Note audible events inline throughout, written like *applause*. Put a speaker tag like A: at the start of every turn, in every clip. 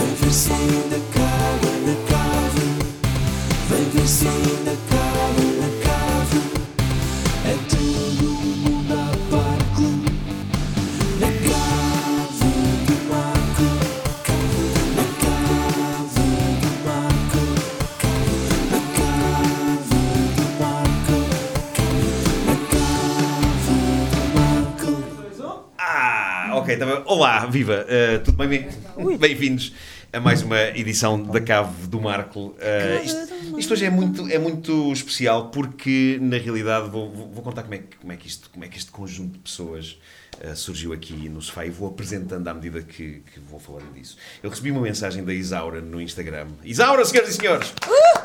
A: vencer na cara, na cave. Vem vencer na cara, na cave. É tudo mundo a barco. Na cave do Marco. Na cave do Marco. Na cave do Marco. Na cave do Marco.
B: Ah, ok, tá bem. Olá, viva, eh, tudo bem? Bem- Ui, Bem-vindos a mais uma edição da Cave do Marco. Eh, isto, isto hoje é muito, é muito especial porque, na realidade, vou, vou- vou contar como é, que, como, é que isto, como é que este conjunto de pessoas eh, surgiu aqui no Sofá e vou apresentando à medida que, que vou falando disso. Eu recebi uma mensagem da Isaura no Instagram. Isaura, senhoras e senhores!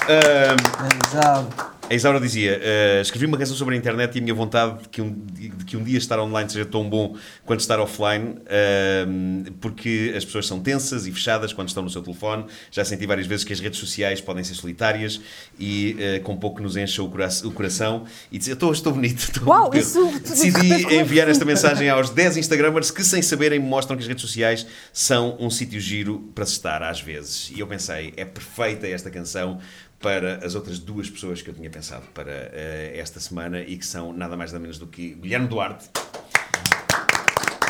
B: Ahm, a Isaura dizia: eh, Escrevi uma canção sobre a internet e a minha vontade de que, um, de que um dia estar online seja tão bom quanto estar offline, ehm, porque as pessoas são tensas e fechadas quando estão no seu telefone. Já senti várias vezes que as redes sociais podem ser solitárias e eh, com pouco nos enche o, cora o coração. E dizia: Estou, estou bonito. Estou
C: Uau,
B: bonito."
C: isso-
B: Decidi enviar esta mensagem aos 10 Instagramers que, sem saberem, mostram que as redes sociais são um sítio giro para se estar às vezes. E eu pensei, é perfeita esta canção para as outras duas pessoas que eu tinha pensado para eh, esta semana e que são nada mais nada menos do que Guilherme Duarte,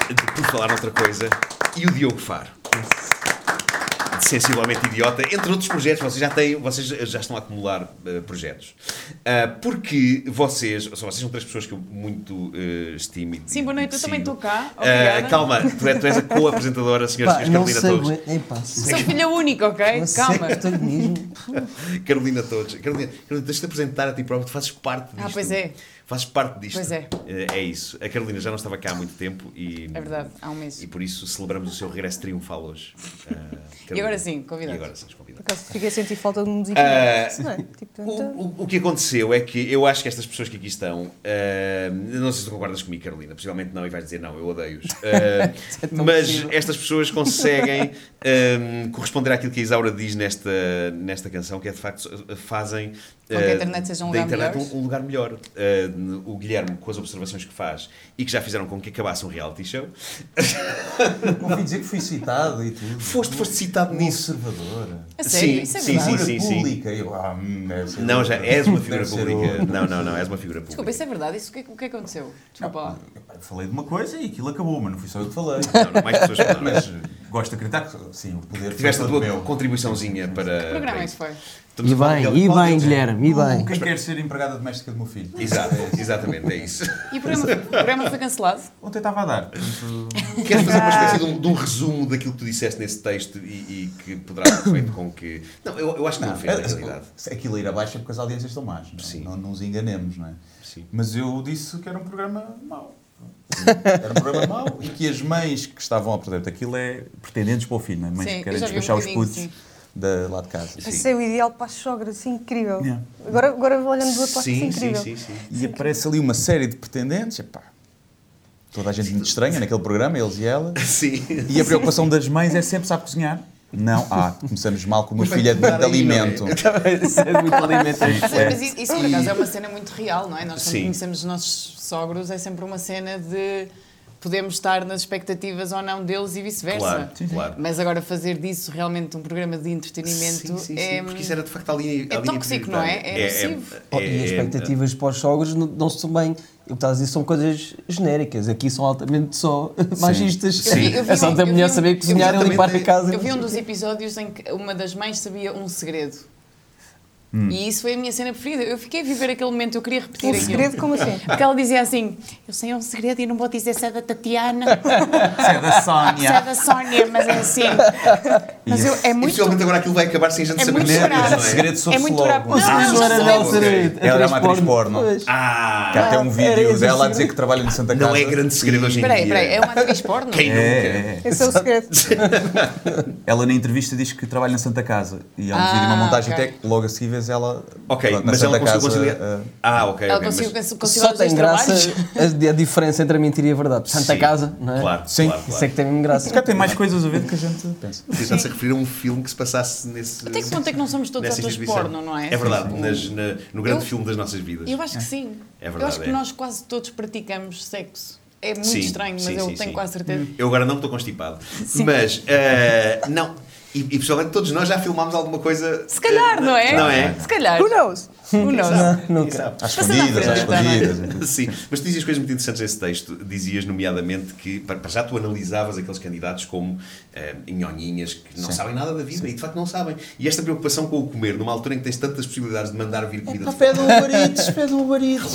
B: de Por Falar Noutra Coisa, e o Diogo Faro. de Sensivelmente idiota, entre outros projetos, vocês já têm, vocês já estão a acumular eh, projetos. Ah, porque vocês, ou seja, vocês são três pessoas que eu muito eh, estimo. e-
C: Sim, boa
B: e
C: noite, eu também
B: sigo.
C: estou cá.
B: Ah,
C: Obrigada.
B: calma, tu, é- tu és a co-apresentadora,
C: *laughs*
B: senhoras e
D: Pá,
B: senhores,
D: não
B: Carolina
D: sei,
B: Todos.
D: aguento- nem passa.
C: Sou filha única, ok?
D: Mas
C: Calma.
D: se é que
B: *laughs*
D: protagonismo,
B: Carolina Todos. Carolina, Carolina deixa-te apresentar a ti própria, tu fazes parte
C: Ah,
B: disto.
C: pois é.
B: Fazes parte disto.
C: Pois é.
B: Eh, É isso. A Carolina já não estava cá há muito tempo e.
C: É verdade, há um mês.
B: E por isso celebramos o seu regresso triunfal hoje. Ah, Carolina.
C: E agora sim, convidados.
B: E agora sim, os convidados.
E: Por acaso fiquei a sentir falta de música.
B: Ah,
E: não é? Tipo,
B: O,
E: então,
B: o- o que aconteceu é que eu acho que estas pessoas que aqui estão, ah, não sei se tu concordas comigo, Carolina, possivelmente não, e vais dizer não, eu
C: *laughs*
B: odeio-os. Ah,
D: é tão
B: mas
D: possível.
B: estas pessoas conseguem ah, corresponder àquilo que a Isaura diz nesta, nesta canção, que é de facto fazem
C: Com que a
B: ah,
C: internet seja um
B: da
C: lugar
B: internet
C: melhor.
B: um, um lugar melhor. Ah, o Guilherme, com as observações que faz e que já fizeram com que acabasse um reality show,
D: ouvi dizer que fui citado e tudo.
B: foste, foste citado
D: Uma
B: nisso.
D: observadora.
C: A sério,
B: Sim,
C: isso é
B: sim,
C: verdade.
B: sim.
D: Figura pública. Eu, ah, hum, deve ser
B: Não, já
D: outra.
B: és uma figura
D: Deve ser
B: pública.
D: outra.
B: Não, não, não, és uma figura pública.
C: Desculpa, isso é verdade. Isso, o, que, o que aconteceu? Desculpa lá.
D: Pá, eu Falei de uma coisa e aquilo acabou, mas não fui só eu que falei.
B: Não, não, mais pessoas falaram.
D: mas eh, gosto de acreditar que sim, o poder
B: Tiveste a
D: foi
B: tua
D: todo meu.
B: contribuiçãozinha para.
C: Que programa é que foi?
B: Estamos a falar de reality- qual deles é?
D: E bem. Quem quer ser empregada doméstica do meu filho?
B: Exato, exatamente, é isso.
C: E o programa, o programa
B: *laughs*
C: foi cancelado?
D: Ontem estava a dar. portanto,
B: Queres fazer uma espécie de um, de um resumo daquilo que tu disseste nesse texto e, e que poderá ser feito com que. Não, eu, eu acho que não, fez, na realidade.
D: Ah, é, aquilo a ir abaixo é porque as audiências estão más. Não,
B: Sim.
D: não nos enganemos, não é?
B: Sim.
D: Mas eu disse que era um programa mau. Era um programa mau e que as mães que estavam a perder aquilo é pretendentes para o filho, não é? Mães
C: Sim,
D: que
C: eu
D: querem
C: já vi um
D: despachar os
C: bocadinho,
D: putos
C: sim.
D: da, lá de casa.
E: Isso é o ideal para as sogras, isso é incrível.
D: Yeah.
E: Agora, agora
C: Um
E: olhando do outro lado, isso é
B: Sim, sim,
E: incrível.
B: sim, sim.
D: E aparece ali uma série de pretendentes, epá, toda a gente muito estranha naquele programa, eles e ela.
B: Sim.
D: E a preocupação das mães é sempre sabe cozinhar. Não, ah, começamos mal com o meu
B: Mas vai
D: filho é de
B: começar
D: muito
B: aí, não é?
D: alimento. é muito alimento.
C: Mas, mas isso, isso, por acaso é uma cena muito real, não é? Nós quando
B: Sim.
C: conhecemos os nossos sogros, é sempre uma cena de podemos estar nas expectativas ou não deles e vice-versa.
B: Claro, claro.
C: Mas agora fazer disso realmente um programa de entretenimento
B: Sim, sim,
C: é.
B: sim, porque isso era de facto a linha.
C: é
B: a linha
C: tóxico, não é?
B: prioritária.
C: É nocivo.
D: Oh,
B: é-
D: e
B: é-
D: as
F: expectativas para os sogros não- não se bem. O que estás a dizer são coisas genéricas. Aqui são altamente só machistas.
C: Eu vi- eu vi
F: *laughs* É só
C: um-
F: da
C: eu vi
F: mulher
C: um-
F: saber
C: eu vi
F: cozinhar e
B: exatamente-
F: limpar a casa.
C: Eu vi um dos episódios em que uma das mães sabia um segredo.
B: Hum.
C: E isso foi a minha cena preferida. Eu fiquei a viver aquele momento, eu queria repetir
E: Um
C: aquilo.
E: segredo, como assim?
C: Porque ela dizia assim: Eu sei um segredo e não vou dizer se é da Tatiana,
D: É da
C: se é
D: Sónia.
C: da Sónia, mas é assim. Mas eu, é
B: E
C: muito.
B: possivelmente agora aquilo vai acabar sem a gente
C: É
B: saber
C: muito
B: mesmo,
C: grave.
B: não é?
D: Segredo
C: É
D: soube-se
C: muito
D: logo.
C: bravo.
D: Ah,
C: Não,
F: Isso era
B: não,
F: dela
B: ok.
F: ser
D: Ela era uma atriz porno.
F: Pois.
B: Ah!
D: Que há até
F: era
D: um vídeo
F: esse
D: dela a
F: o
D: dizer que trabalha no Santa Casa.
B: Não é grande segredo hoje em
C: Espera aí,
B: dia.
C: espera aí, é uma atriz porno?
B: Quem
D: É,
B: nunca?
D: é.
E: Esse é o segredo.
D: Ela na entrevista diz que trabalha na Santa Casa. E há um
C: Ah,
D: vídeo, uma montagem
C: ok.
D: até que logo a seguir vês ela
B: Ok,
D: pronto, na
B: mas ela
D: Santa
B: conseguiu
D: Casa.
B: conciliar.
D: ah,
B: Ah, ok.
C: Ela
B: ok,
C: conseguiu
B: mas-
C: conciliar
F: Só
C: os dois
F: tem graça
C: trabalhos?
F: a, a diferença entre a mentira e a verdade. Santa
B: Sim,
F: Casa, não é?
B: Claro,
D: Sim.
B: claro,
F: Isso é
B: claro.
F: que tem mesmo graça.
D: se calhar tem mais coisas a ver do que a gente pensa.
B: Tentar-se referir a um filme que se passasse nesse.
C: Até que ponto é que não somos todos
B: nessa
C: atores
B: instituição.
C: porno, não é?
B: É verdade, nas- na- no grande
C: Eu-
B: filme das nossas vidas.
C: Eu acho que sim.
B: É verdade,
C: eu acho que
B: é.
C: nós quase todos praticamos sexo. É muito
B: Sim,
C: estranho, mas
B: sim, Hum.
C: eu
B: sim,
C: tenho
B: sim.
C: quase certeza.
B: Eu agora não estou constipado. Mas, eh, não. E, e pessoalmente todos nós já filmámos alguma coisa.
C: Se
B: eh,
C: calhar, um, não é?
B: Não é?
C: Se calhar.
E: Who knows?
C: Who knows?
F: Não,
B: Quem
F: nunca.
B: sabe?
D: Às
C: Passando à
D: escondidas, às
C: frente, não é?
B: *laughs*
D: escondidas.
B: Sim, mas tu dizias coisas muito interessantes nesse texto. Dizias, nomeadamente, que para para já tu analisavas aqueles candidatos como eh, nhonhinhas que não sabem nada da vida e de facto não sabem. E esta preocupação com o comer, numa altura em que tens tantas possibilidades de mandar
C: É
B: vir comida. de fora,
F: Pede um barito, pede um barito.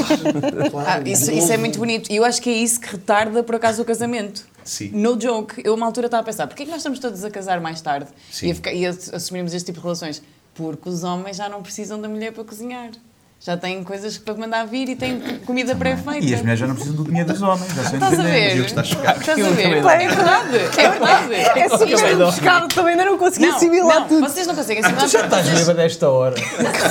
C: Ah,
B: claro,
C: isso,
B: um
C: isso é
B: ovo.
C: muito bonito. E eu acho que é isso que retarda, por acaso, o casamento.
B: Sim.
C: No joke, eu uma altura estava a pensar, porquê é que nós estamos todos a casar mais tarde
B: Sim.
C: e a, ficar- e a assumirmos este tipo de relações? Porque os homens já não precisam da mulher para cozinhar. Já têm coisas para mandar vir e têm comida pré-feita.
D: E as mulheres já não precisam do dinheiro dos homens, já são
C: Estás a
D: independentes.
B: E eu
C: ver?
B: que estás chocado.
C: Estás a
F: Eu
C: ver?
F: também
E: não.
C: É verdade. É verdade.
E: É super
C: Isto-
E: buscado, também ainda não consegui assimilar
C: não, não,
E: tudo.
C: vocês não conseguem assimilar.
F: Já estás
C: vocês-
F: bêbada desta hora.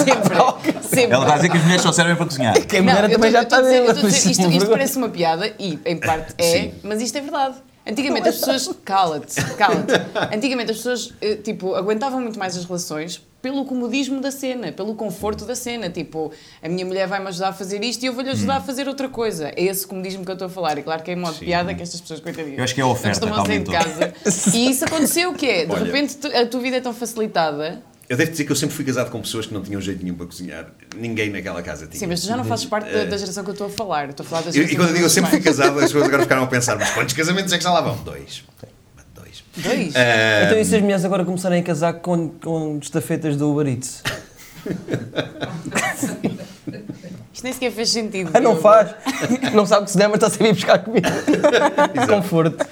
C: Sempre. Sempre.
D: *laughs* Ela vai dizer que as mulheres só servem para
C: *laughs*
D: cozinhar.
F: Quem
C: Não,
F: mulher
C: eu
F: também
C: tô-
F: já
C: eu tô
F: está
C: a dizer- eu
F: bêbada.
C: tô a dizer,
F: mas é
C: Isto, isto
F: vergonha.
C: parece uma piada e, em parte, é,
B: Sim.
C: mas isto é verdade. Antigamente as pessoas. Cala-te, cala-te. Antigamente as pessoas, eh, tipo, aguentavam muito mais as relações pelo comodismo da cena, pelo conforto da cena. Tipo, a minha mulher vai-me ajudar a fazer isto e eu vou-lhe ajudar a fazer outra coisa. É esse comodismo que eu estou a falar. E claro que é em modo piada que estas pessoas, coitadinhas.
D: Eu acho que é a oferta
C: não costumam
D: que
C: sair de casa. E isso aconteceu, que é, de
B: Olha.
C: repente tu- a tua vida é tão facilitada.
B: Eu devo dizer que eu sempre fui casado com pessoas que não tinham jeito nenhum para cozinhar. Ninguém naquela casa tinha.
C: Sim, mas tu já não fazes parte da, da geração que eu estou a falar. Eu Estou a falar da
B: E,
C: geração
B: e quando eu digo eu sempre fui
C: que eu
B: casado, as pessoas agora ficaram a pensar: mas quantos casamentos é que já lá vão?
C: *laughs*
B: Dois. Dois.
C: estou mais. Dois.
B: É.
F: Então e se as mulheres agora começarem a casar com, com estafetas do Uber Eats?
C: Isto nem sequer fez sentido.
F: *laughs* Ah, não
C: Diogo.
F: faz. Não sabe que se der, mas está a saber buscar comida. Conforto.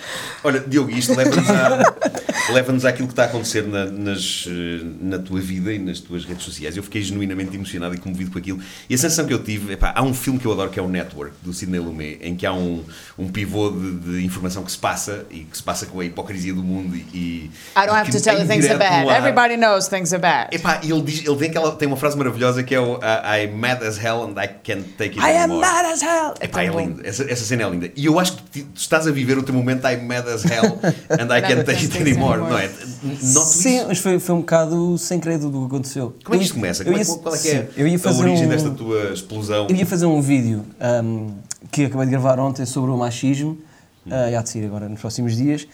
B: Olha, Diogo, isto leva-nos a- *laughs* leva-nos àquilo que está a acontecer na, nas, eh, na tua vida e nas tuas redes sociais. Eu fiquei genuinamente emocionado e comovido com aquilo. E a sensação que eu tive, epá, há um filme que eu adoro que é o Network, do Sidney Lumet, em que há um, um pivô de, de informação que se passa e que se passa com a hipocrisia do mundo e... é
C: I don't have to tell you things are bad. Everybody knows things are bad.
B: Epá, e ele, diz, ele tem, aquela, tem uma frase maravilhosa que é o I- I'm mad as hell and I can't take it
E: I am
B: anymore.
E: mad as hell.
B: Epá,
C: É
B: é
C: tão bom.
B: lindo. Essa, essa cena é linda. E eu acho que ti- tu estás a viver o teu momento I'm mad as hell and I can't take it anymore. Não é? Noto
F: Sim,
B: isso.
F: mas foi, foi um bocado sem credo do que aconteceu.
B: Como é que
F: Eu
B: isto
F: ia-
B: começa?
F: eu
B: Como é,
F: ia-
B: que- qual é que
F: sim, eu ia
B: é a
F: fazer
B: origem
F: um-
B: desta tua explosão?
F: Eu ia fazer um vídeo ahm, que acabei de gravar ontem sobre o machismo, ah, e há de sair agora nos próximos dias,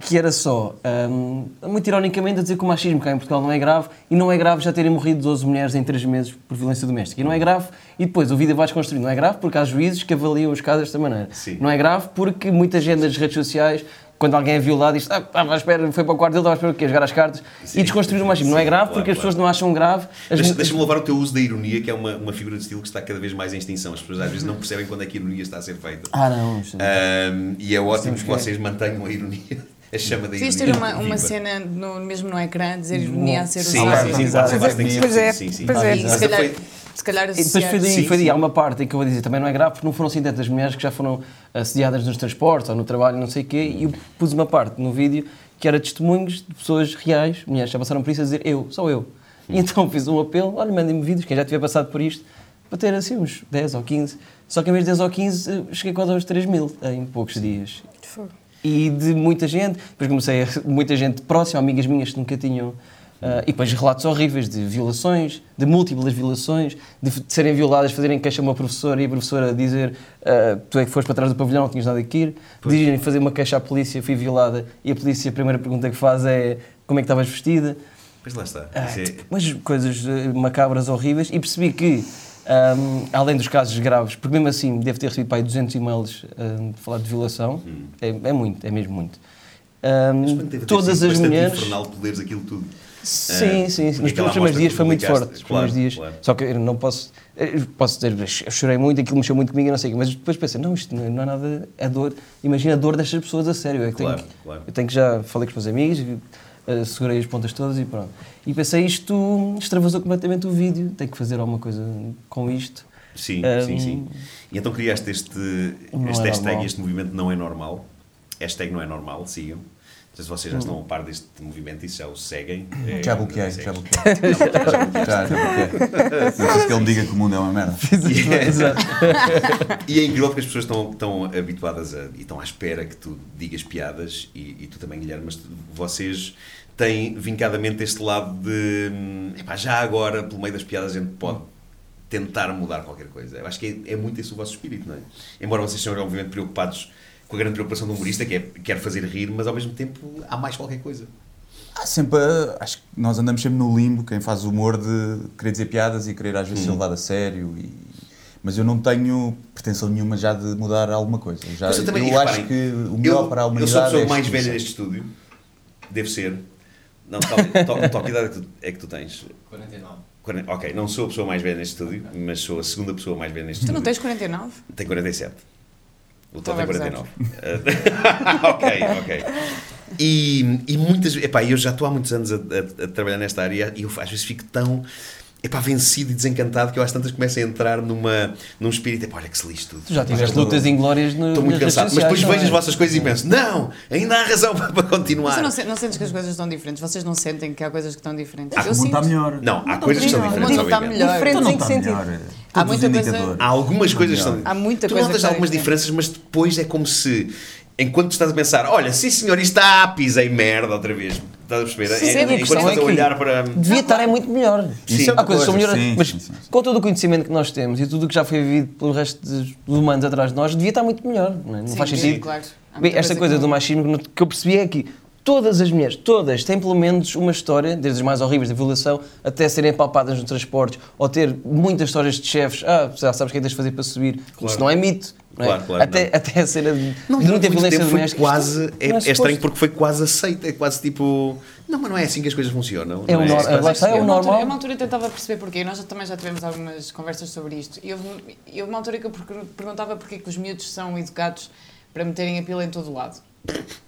F: que era só, ahm, muito ironicamente, a dizer que o machismo cá em Portugal não é grave, e não é grave já terem morrido 12 mulheres em 3 meses por violência doméstica. E não é grave, e depois o vídeo vais construir, não é grave porque há juízes que avaliam os casos desta maneira.
B: Sim.
F: Não é grave porque muita gente nas redes sociais. Quando alguém é violado, diz: Ah, estava à espera, foi para o quarto dele, estava à espera o quê? Jogar as cartas
B: Sim.
F: e desconstruir o machismo. não é
B: Sim,
F: grave
B: claro,
F: porque as
B: claro.
F: pessoas não acham grave. As
B: Deixa-
F: mu-
B: Deixa-me levar o teu uso da ironia, que é uma, uma figura de estilo que está cada vez mais em extinção. As pessoas às vezes não percebem quando é que a ironia está a ser feita.
F: Ah, não. isto-
B: Ahm, e é ótimo que vocês mantenham a ironia, a chama da ironia.
C: Podias ter uma, uma
B: viva.
C: cena no, mesmo no ecrã, dizer ironia a ser
B: Sim,
C: usada.
B: sim, sim,
F: Exato.
B: sim, sim, sim,
E: Pois é,
B: sim, sim.
E: pois é.
C: E se
B: Essa
C: calhar,
B: foi-
C: se calhar
F: E depois
C: associar.
F: foi daí,
B: Sim,
F: foi daí.
B: sim.
F: Há uma parte em que eu vou dizer, também não é grave, porque não foram assim tantas mulheres que já foram assediadas nos transportes ou no trabalho, não sei o quê, e eu pus uma parte no vídeo que era testemunhos de pessoas reais, mulheres que já passaram por isso, a dizer eu, sou eu. E então fiz um apelo, olha, mandem-me vídeos, quem já tiver passado por isto, para ter assim uns 10 ou 15. Só que em vez de 10 ou 15, eh, cheguei quase aos 3 mil em poucos dias. E de muita gente, depois comecei a *laughs* muita gente próxima, amigas minhas que nunca tinham. ah, e depois relatos horríveis de violações, de múltiplas violações, de, f- de serem violadas, fazerem queixa a uma professora e a professora dizer ah, tu é que foste para trás do pavilhão, não tinhas nada que ir. De irem fazer uma queixa à polícia, fui violada e a polícia a primeira pergunta que faz é como é que estavas vestida.
B: Pois lá está.
F: Ah,
B: Isso é-
F: mas coisas eh, macabras, horríveis, e percebi que, ahm, além dos casos graves, porque mesmo assim devo ter recebido para aí 200 e-mails ahm, de falar de violação, é, é muito, é mesmo muito. Ahm,
B: Hum. Mas quando teve a ter
F: todas
B: sido
F: as
B: bastante
F: mulheres.
B: infernal tu leres aquilo tudo.
F: Sim,
B: Ah,
F: sim, sim.
B: porque
F: Nos
B: aquela
F: primeiros
B: amostra
F: dias
B: que
F: foi muito
B: publicaste,
F: forte. Nos
B: claro,
F: primeiros dias.
B: claro.
F: Só que eu não posso. eu Posso dizer, eu chorei muito, aquilo mexeu muito comigo, e não sei o quê, mas depois pensei, não, isto não não é nada. É dor. Imagina a dor destas pessoas a sério. Eu tenho,
B: Claro,
F: que,
B: claro.
F: eu tenho que já. Falei com os meus amigos, eh, segurei as pontas todas e pronto. E pensei, isto extravasou completamente o vídeo, tenho que fazer alguma coisa com isto.
B: Sim,
F: Ah,
B: sim, sim. E então criaste este,
F: Não
B: este
F: é
B: hashtag,
F: normal.
B: este movimento não é normal. Hashtag não é normal, sigam. Não sei se
F: Hum.
B: vocês já estão a par deste movimento e se já o seguem. É,
D: Já bloqueei,
B: seguem.
D: já bloqueei.
C: *laughs*
D: Já, já bloqueei. Não preciso que ele me diga que o mundo é uma merda.
B: Yeah.
F: Exato.
B: *laughs* E é incrível porque as pessoas estão, estão habituadas a, e estão à espera que tu digas piadas e, e tu também, Guilherme, mas tu- vocês têm vincadamente este lado de hum, epá, já agora, pelo meio das piadas, a gente pode tentar mudar qualquer coisa. Eu acho que é, é muito esse o vosso espírito, não é? Embora vocês sejam, obviamente, um preocupados com a grande preocupação do humorista, que é quer fazer rir, mas ao mesmo tempo há mais qualquer coisa.
D: Há sempre, ah, acho que nós andamos sempre no limbo, quem faz humor de querer dizer piadas e querer às vezes ser levado a sério. e- Mas eu não tenho pretensão nenhuma já de mudar alguma coisa. Já,
B: Mas eu
D: eu
B: também, e
D: acho
B: reparem,
D: que o melhor
B: eu-
D: para a
B: Eu
D: humanidade
B: sou a pessoa
D: é
B: mais
D: extinção.
B: velha deste estúdio. Devo ser. Não, tal, tal, tal que idade é que, tu, é que tu tens? 49. Ok, não sou a pessoa mais velha neste estúdio, mas sou a segunda pessoa mais velha neste
C: Tu
B: estúdio.
C: não tens 49?
B: Tem 47. O Tó
C: Então
B: tem
C: vai
B: 49. *laughs* ok, ok. E, e muitas epá, eu já estou há muitos anos a, a- a trabalhar nesta área e eu às vezes fico tão epá, vencido e desencantado que eu às tantas começo a entrar numa, num espírito epá, olha que se lixe tudo.
F: Tu já tiveste
D: estou-
F: lutas inglórias no,
B: Estou muito
F: nas redes
B: cansado. Mas
F: sociais é?
B: depois vejo as
F: também.
B: vossas coisas e penso, não, ainda há razão *laughs* para, para
C: Mas
B: continuar.
C: eu não, se- não sentes que as coisas estão diferentes? Vocês não sentem que há coisas que estão diferentes?
D: Acho que
C: eu
D: o mundo está
C: sinto.
D: melhor.
B: Não, Ah, há coisas que são
E: melhor.
B: diferentes,
C: O mundo está
B: obviamente.
C: melhor.
E: Diferentes
D: Então não
E: em que
D: está
E: sentido?
D: melhor.
C: Há
D: Todos os
C: muita coisa-
D: indicadores.
B: Há algumas coisas que são.
D: melhor.
C: Há muita
B: tu
C: coisa
B: notas
C: que
B: algumas
C: tem.
B: diferenças, mas depois é como se. Enquanto tu estás a pensar, olha, sim senhor, isto está ápice em merda outra vez. Estás a perceber?
C: Sim, sim, a
B: enquanto
C: questão
B: estás
F: é
B: a
F: que-
B: olhar para.
F: Devia estar é muito melhor.
D: Sim.
F: Há coisas que são melhores,
D: Sim,
F: mas
D: sim, sim, sim.
F: com todo o conhecimento que nós temos e tudo o que já foi vivido pelo resto dos humanos atrás de nós, devia estar muito melhor. Não, é? Não
C: Sim,
F: faz
C: sim,
F: sentido.
C: claro. Há
F: Bem,
C: muita
F: esta
C: coisa
F: coisa
C: que
F: do
C: não-
F: machismo que no- que eu percebi é que todas as mulheres, todas, têm pelo menos uma história, desde as mais horríveis de violação até serem palpadas nos transportes ou ter muitas histórias de chefes. Ah, já sabes o que é que tens de fazer para subir.
B: Claro.
F: Isso não é mito. não é?
B: Claro, claro,
F: até,
B: não.
F: até a cena de,
B: Não,
F: de muita
B: durante muito
F: violência
B: tempo foi
F: doméstica.
B: quase,
F: Isto
B: é,
F: não
B: é estranho
F: suposto.
B: porque foi quase aceito, é quase tipo. Não, mas não é assim que as coisas funcionam.
F: É
B: não assim
F: o nor-
B: Quase-
F: lá está, é o
C: Eu, uma altura,
F: normal.
C: eu, uma altura, tentava perceber porquê. Nós já- também já tivemos algumas conversas sobre isto. E houve, e houve uma altura que eu per- perguntava porquê que os miúdos são educados para meterem a pila em todo o lado.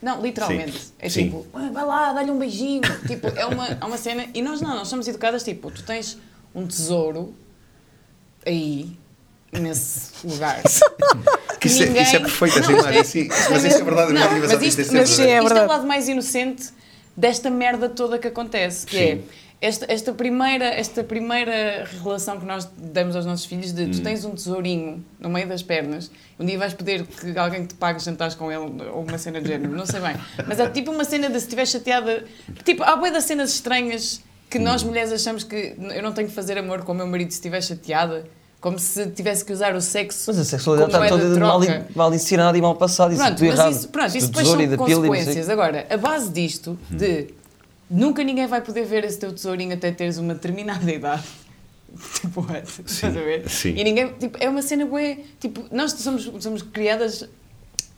C: Não, literalmente.
B: Sim,
C: É
B: sim.
C: tipo, "Ah, vai lá, dá-lhe um beijinho. tipo, é uma, é uma cena. E nós não, nós somos educadas tipo, tu tens um tesouro aí, nesse lugar.
B: *laughs* que isso, é-
C: ninguém-
B: isso é perfeito, essa
C: Não,
B: imagem, sim. Mas isso é verdade, eu já
C: não,
B: tive
C: mas
B: essa-
C: isto,
B: isto é
C: mas
B: verdade.
C: isto é,
E: verdade.
C: o lado mais inocente desta merda toda que acontece, que
B: Sim.
C: é esta, esta primeira, esta primeira relação que nós damos aos nossos filhos de
B: Hum.
C: tu tens um tesourinho no meio das pernas, um dia vais pedir que alguém te pague jantares com ele ou uma cena de género, não sei bem. Mas é tipo uma cena de se estiver chateada, tipo, há boia das cenas estranhas que nós
B: Hum.
C: mulheres achamos que n- eu não tenho que fazer amor com o meu marido se estiver chateada, como se tivesse que usar o sexo
F: Mas a sexualidade
C: como
F: está
C: moeda de
F: toda mal,
C: troca.
F: mal ensinada e mal passada. Isso é
C: Pronto,
F: tudo
C: mas
F: errado.
C: isso, pronto,
F: Do
C: isso depois
F: tesouro e
C: são
F: da pila e é não sei o quê.
C: consequências. Agora, a base disto, de nunca ninguém vai poder ver esse teu tesourinho até teres uma determinada *laughs* idade. Tipo, what? Estás a ver?
B: sim.
C: E ninguém, tipo, é uma cena bué, tipo, nós somos, somos criadas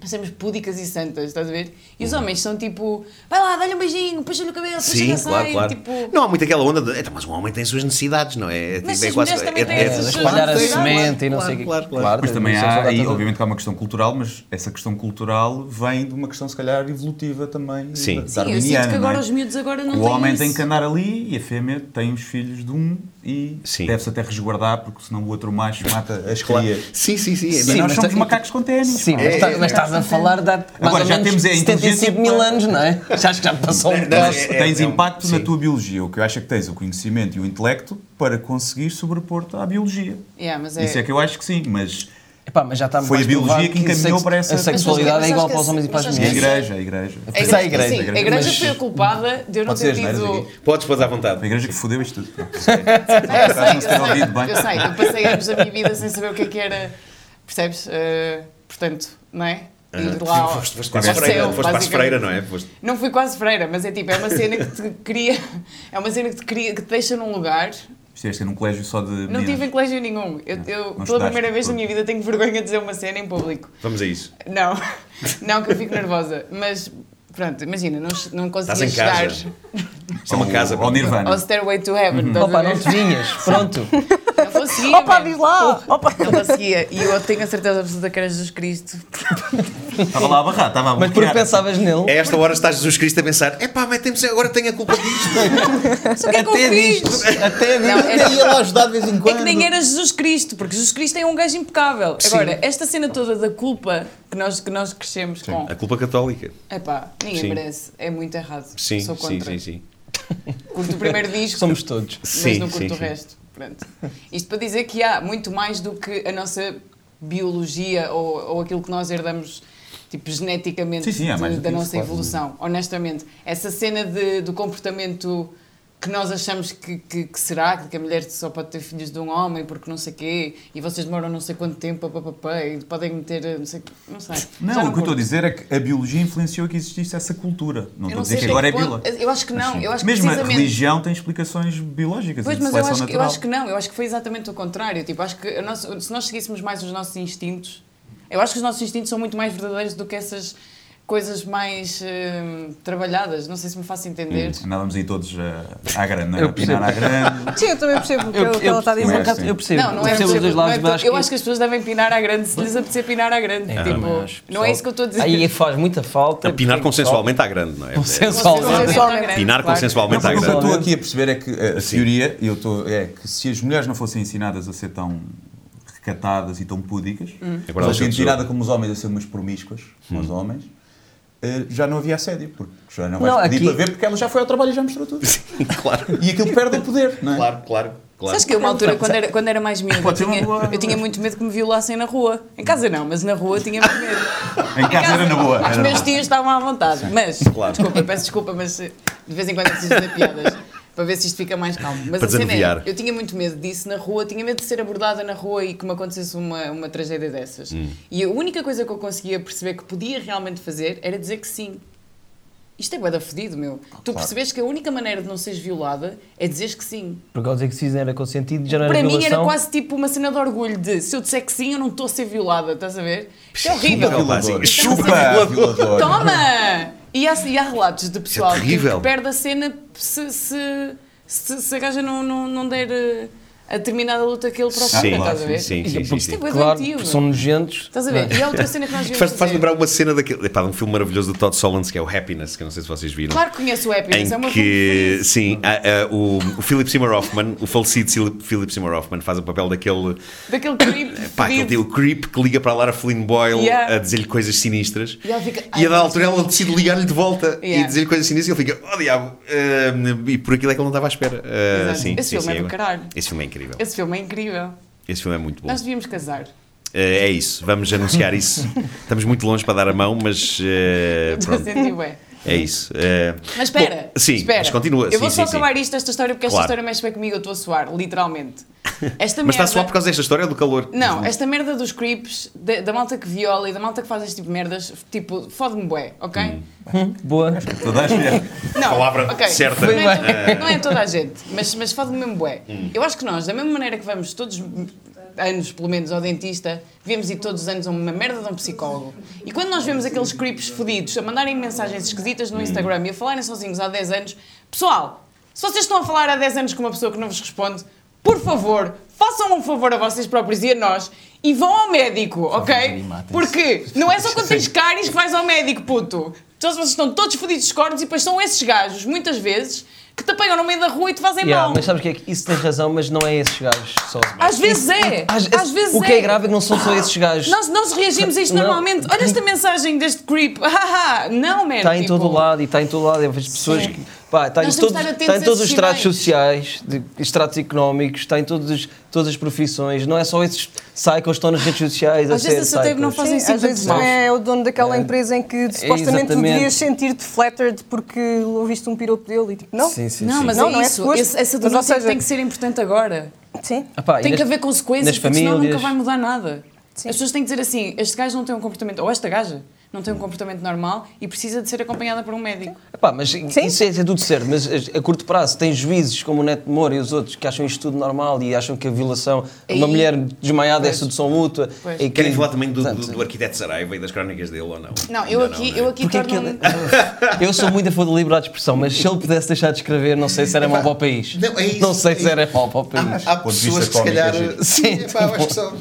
C: nós sermos púdicas e santas, estás a ver? E os homens são tipo, vai lá, dá-lhe um beijinho, puxa-lhe o cabelo, puxa-lhe
B: Sim,
C: a
B: claro,
C: saia,
B: claro.
C: tipo...
B: Não há muito aquela onda de. "Então, Mas um homem tem as suas necessidades, não é? É,
C: Mas
B: tipo, é
C: as
B: quase-
C: mulheres também
B: é-
C: têm
B: é-
C: essas
B: é-
C: suas
F: espalhar a
C: Claro,
F: semente e não sei o quê.
B: claro, claro.
D: Mas também
F: isso é
D: há,
F: verdade
D: aí,
F: também.
D: obviamente que há uma questão cultural, mas essa questão cultural vem de uma questão, se calhar, evolutiva também.
B: Sim.
D: da-
B: Sim,
C: Sim, eu
D: darwiniana,
C: sinto que agora
D: não é?
C: os miúdos agora não
D: O
C: têm
D: homem
C: isso.
D: tem que andar ali e a fêmea tem os filhos de um e
B: Sim.
D: deve-se até resguardar, porque senão o outro macho mata as
B: Claro.
D: crias.
B: Sim, sim, sim. é
D: E
F: Sim,
D: nós
F: mas
D: somos
F: tá-
D: macacos com ténis.
F: Sim,
D: pá.
F: mas, tá- mas estás a falar de há mais
D: Agora,
F: ou
D: já
F: menos
D: temos a inteligência
F: 75 mil
D: para-
F: anos, não é? Já acho que já passou um
B: Não, não,
F: bocado.
B: é-
D: tens
B: é um-
D: impacto na
B: sim.
D: tua biologia. O que eu acho é que tens o conhecimento e o intelecto para conseguir sobrepor-te à biologia.
C: Yeah, mas
D: Isso é que eu acho que sim, mas
F: Epá, mas já está
D: Foi
F: mais
D: a biologia
F: provado
D: que encaminhou
F: sexo-
D: para essa-
F: A sexualidade
C: Mas
F: é
C: acho
F: igual
C: que-
F: para os homens e para as
C: mas
D: e a
C: acho que-
F: mulheres.
D: igreja, a igreja.
C: A
F: Isso é a
C: igreja, sim,
F: igreja, a
C: a
D: igreja.
C: igreja
F: Mas-
C: foi a culpada de eu não
D: Pode
C: ter
D: ser, não é,
C: tido...
D: Zé?
B: Podes pôr à vontade.
D: A igreja que fodeu isto tudo.
C: Eu sei,
D: não se ter ouvido bem.
C: eu sei, eu
B: *laughs*
C: passei anos da minha vida sem saber o que é que era, percebes? Eh, portanto, não é? E de lá ao-
B: Eh, Foste foste quase
C: ao
B: freira,
C: céu,
B: foste quase
C: basicamente.
B: freira, não é? Foste-
C: Não fui quase freira, mas é tipo, é uma cena que te cria, é uma cena que te cria, que te deixa num lugar.
D: Isto é isto é num colégio só de
C: Não
D: meninas.
C: tive em colégio nenhum. Eu, eu
D: Não
C: pela
D: estudaste,
C: primeira vez na
D: pronto.
C: minha vida tenho vergonha de dizer uma cena em público.
B: Vamos a isso.
C: Não, *laughs* não que eu fico nervosa, mas pronto, imagina, não, não
B: Estás
C: conseguia
B: em
C: chegar
B: casa. Uhum. Isto é uma casa.
D: Ao Nirvana.
C: ao Stairway to Heaven. estás a
F: Opa,
C: ver?
F: não te vinhas, pronto.
C: Não
F: *laughs*
C: conseguia.
E: Opa,
C: man.
E: diz lá! Opa!
C: Não conseguia. E eu tenho a certeza absoluta que era Jesus Cristo.
D: Estava lá a barrar, estava a
F: Mas porque
D: bloquear.
F: pensavas
B: A
F: nele,
B: É esta hora está Jesus Cristo a pensar: epá, metem-me agora tenho a culpa disto.
F: até disto, até
C: Não,
F: disto,
C: era-
F: até ia lá ajudar de vez em
C: É
F: quando.
C: que nem era Jesus Cristo, porque Jesus Cristo é um gajo impecável. Agora, esta cena toda da culpa que nós, que nós crescemos com.
B: A culpa católica.
C: Epá, ninguém
B: Sim.
C: merece. É muito errado.
B: Sim,
C: Sou
B: sim,
C: contra.
B: sim, sim.
C: Curto o primeiro disco,
F: Somos todos.
C: mas
B: Sim,
C: não curto
B: sim,
C: o
B: sim.
C: resto. Pronto. Isto para dizer que há muito mais do que a nossa biologia ou, ou aquilo que nós herdamos tipo, geneticamente
D: Sim, sim, há
C: de-
D: mais do que
C: da
D: isso,
C: nossa
D: claro.
C: evolução, honestamente. Essa cena de- do comportamento que nós achamos que, que, que será, que a mulher só pode ter filhos de um homem porque não sei quê, e vocês demoram não sei quanto tempo, pá, pá, pá, pá, e podem meter, eh, não sei, não sei.
D: Não,
C: Já
D: o que eu estou a
C: curto.
D: dizer é que a biologia influenciou que existisse essa cultura.
C: Eu
D: Não estou
C: não
D: a dizer
C: sei
D: que
C: até
D: agora é
C: que
D: bila.
C: ponto- Eu acho que não, eu acho que
D: Mesmo a
C: precisamente-
D: religião tem explicações biológicas
C: Pois,
D: e de
C: mas eu
D: seleção
C: acho, que- eu
D: natural.
C: acho que não, eu acho que foi exatamente o contrário. Tipo, acho que o nosso- se nós seguíssemos mais os nossos instintos, eu acho que os nossos instintos são muito mais verdadeiros do que essas coisas mais eh, trabalhadas. Não sei se me faço entender.
D: Andávamos aí todos eh, à grande, não é?
F: Eu
D: a pinar à grande.
E: Sim, eu também percebo o que, ela- o que ela está a
F: eu, por
E: dizer.
F: acaso, eu percebo,
C: Não, não é
F: percebo os dois
C: não é
F: lados, mas
C: porque- eu acho que as pessoas devem pinar à grande se lhes apetecer pinar à grande.
F: É,
C: tipo,
F: mas,
C: não é
F: pessoal,
C: isso que eu estou a dizer.
F: Aí faz muita falta.
G: A pinar
F: porque-
G: consensualmente à grande, não é?
F: Consensualmente.
C: Consensualmente.
G: Pinar
C: né? Claro.
G: consensualmente à
D: Não, o que eu
G: grande.
D: estou aqui a perceber é que eh, a
G: Sim.
D: teoria eu estou é que se as mulheres não fossem ensinadas a ser tão recatadas e tão púdicas,
F: Hum.
G: Agora elas
D: fossem
G: são
D: tiradas como os homens a ser umas promíscuas aos homens, eh, já não havia assédio, porque já não vais
F: Não,
D: pedir
F: aqui-
D: para ver porque ela já foi ao trabalho e já mostrou tudo.
B: *laughs* claro,
D: E aquilo perde o poder, não é?
B: claro, claro. claro.
C: Sabes que é eu, uma altura, quando era, quando era mais miúda, eu
D: Pode ser uma
C: tinha,
D: boa-
C: eu tinha muito medo que me violassem na rua. Em casa não, mas na rua tinha muito medo.
D: *laughs* Em casa era na boa.
C: Os
D: era na
C: meus
D: boa.
C: tios estavam à vontade. Mas,
B: Claro.
C: desculpa, peço desculpa, mas eh, de vez em quando eu preciso fazer piadas. Para ver se isto fica mais calmo. Mas
G: Para
C: a cena é,
G: desanuviar.
C: eu tinha muito medo disso na rua, tinha medo de ser abordada na rua e que me acontecesse uma, uma tragédia dessas. E a única coisa que eu conseguia perceber que podia realmente fazer era dizer que sim. Isto é bué fedido, meu. tu percebes que a única maneira de não seres violada é dizeres que sim.
F: Porque ao dizer que se fizer era consentido, já não era
C: Para mim era
F: violação.
C: quase tipo uma cena de orgulho de se eu disser que sim, eu não estou a ser violada, estás a ver? Isto é horrível.
D: Chupa, violador.
G: Então,
D: Chupa, violador.
C: Toma! E há, e há relatos de pessoal que- que,
G: é terrível.
C: perde a cena se, se, se, se a gaja não, não, não der eh, a determinada luta que ele procura,
G: Sim,
C: estás a ver?
G: sim, sim,
C: Isto
G: sim,
C: é
G: sim.
C: bué
F: Claro,
C: doentio,
F: porque
C: meu.
F: são nojentos.
C: Estás a ver? E há outra cena que
G: *laughs*
C: nós vimos.
G: Faz, faz lembrar uma cena daquele. Epá, de um filme maravilhoso do Todd Solondz que é o Happiness, que eu não sei se vocês viram.
C: Claro que conheço o Happiness, é uma
G: em que, sim, a- a- o, o Philip Seymour Hoffman, o falecido Sil- Philip Seymour Hoffman, faz o papel daquele,
C: Daquele creep.
G: *coughs* pá, aquele
C: fedido.
G: tio creep que liga para a Lara Flynn Boyle
C: Yeah.
G: a dizer-lhe coisas sinistras.
C: E ela fica,
G: E a
C: "Ai,
G: da altura ela decide ligar-lhe de volta
C: Yeah.
G: e dizer-lhe coisas sinistras e ele fica, oh diabo, ah, e por aquilo é que ele não estava à espera. Ah,
C: Exato.
G: sim,
C: Esse
G: sim,
C: filme
G: sim,
C: é do
G: agora-
C: caralho.
G: Esse filme é incrível.
C: Esse filme é incrível.
G: Esse filme é muito bom.
C: Nós devíamos casar. *laughs*
G: Eh, é isso, vamos anunciar isso. Estamos muito longe para dar a mão, mas eh,
C: Estou a
G: pronto,
C: sentir bué.
G: é isso. Eh,
C: Mas espera,
G: bom, sim,
C: espera.
G: mas continua.
C: Eu
G: sim,
C: vou só
G: sim, sim.
C: acabar isto, esta história, porque esta
G: Claro.
C: história mexe bem comigo, eu estou a suar,
G: *laughs*
C: literalmente. Esta
G: Mas está a suar
C: merda-
G: por causa desta história ou do calor?
C: Não, é esta merda dos creeps, da, da malta que viola e da malta que faz este tipo de merdas, tipo, fode-me bué, ok?
F: Boa.
D: Toda a gente.
C: Não,
G: Hum. Palavra
C: ok,
G: certa.
C: Não é, não é toda a gente, mas, mas fode-me mesmo bué.
G: Hum.
C: Eu acho que nós, da mesma maneira que vamos todos anos, pelo menos, ao dentista, devemos ir todos os anos a uma merda de um psicólogo. E quando nós vemos aqueles creeps fodidos a mandarem mensagens esquisitas
G: Hum.
C: no Instagram e a falarem sozinhos há 10 anos, pessoal, se vocês estão a falar há 10 anos com uma pessoa que não vos responde, por favor, façam um favor a vocês próprios e a nós e vão ao médico, ok? Porque não é só quando tens cáries que vais ao médico, puto. Então vocês estão todos fodidos de cornos e depois são esses gajos, muitas vezes, que te apanham no meio da rua e te fazem
F: Yeah,
C: mal.
F: mas sabes o que é que isso tens razão, mas não é esses gajos só.
C: Às vezes é. Às, vezes
F: o que é.
C: é
F: grave é que não são só esses gajos.
C: Nós, nós reagimos a isto
F: Não.
C: normalmente. Olha
F: *laughs*
C: esta mensagem deste creep. *laughs* Haha, não, man.
F: Está Tá em
C: tipo,
F: todo o lado e está em todo o lado. Eu vejo pessoas
C: Sim.
F: que. Pá, está, em
C: Nós temos
F: todos,
C: de estar
F: está em
C: atentos
F: todos
C: a esses
F: os estratos
C: sinais.
F: sociais, de, estratos económicos, está em todos, os- todas as profissões. Não é só esses psychos que estão nas redes sociais.
C: Às vezes
F: ser
C: a Sateve não faz-
F: psychos.
C: fazem
E: Sim, às
C: 50
E: vezes
C: maus.
E: é o dono daquela empresa em que supostamente tu
F: exatamente.
E: devias sentir-te flattered porque ouviste um piropo dele e tipo, não.
F: Sim, sim,
C: Não,
F: sim.
C: mas
E: Não,
C: é
E: não é
C: isso.
E: suposto.
C: Esse- essa
E: Mas, ou
C: denúncia
E: seja-
C: tem que ser importante agora.
E: Sim.
F: Ah, pá, e
C: Tem que
F: nas-
C: haver consequências,
F: nas
C: porque senão nunca
F: famílias.
C: vai mudar nada.
E: Sim.
C: As pessoas têm que dizer assim: este gajo não tem um comportamento, ou esta gaja não tem um comportamento normal e precisa de ser acompanhada por um médico.
F: Epá, mas isso é, isso é tudo certo, mas a- a curto prazo tem juízes como o Neto Moura e os outros que acham isto tudo normal e acham que a violação, uma
C: Aí-
F: mulher desmaiada
C: Pois.
F: é sedução mútua.
C: Pois.
F: E que-
B: Querem falar também do, do,
F: Portanto,
B: do arquiteto Saraiva e das crónicas dele ou não?
C: Não, eu
B: Ainda
C: aqui,
B: não,
C: eu
B: não é?
C: aqui
F: Porque é que
C: torno-me. um
F: ele... *laughs* Eu sou muito a favor da liberdade de expressão, mas se ele pudesse deixar de escrever, não sei se era mau para o país.
B: não, é isso,
F: Não sei se
B: é
F: era mau para o país.
B: Há
D: ponto de vista
B: pessoas que se
D: cómico,
B: calhar.
D: é giro.
B: Sim,
F: Sim,
B: pá, eu acho que são.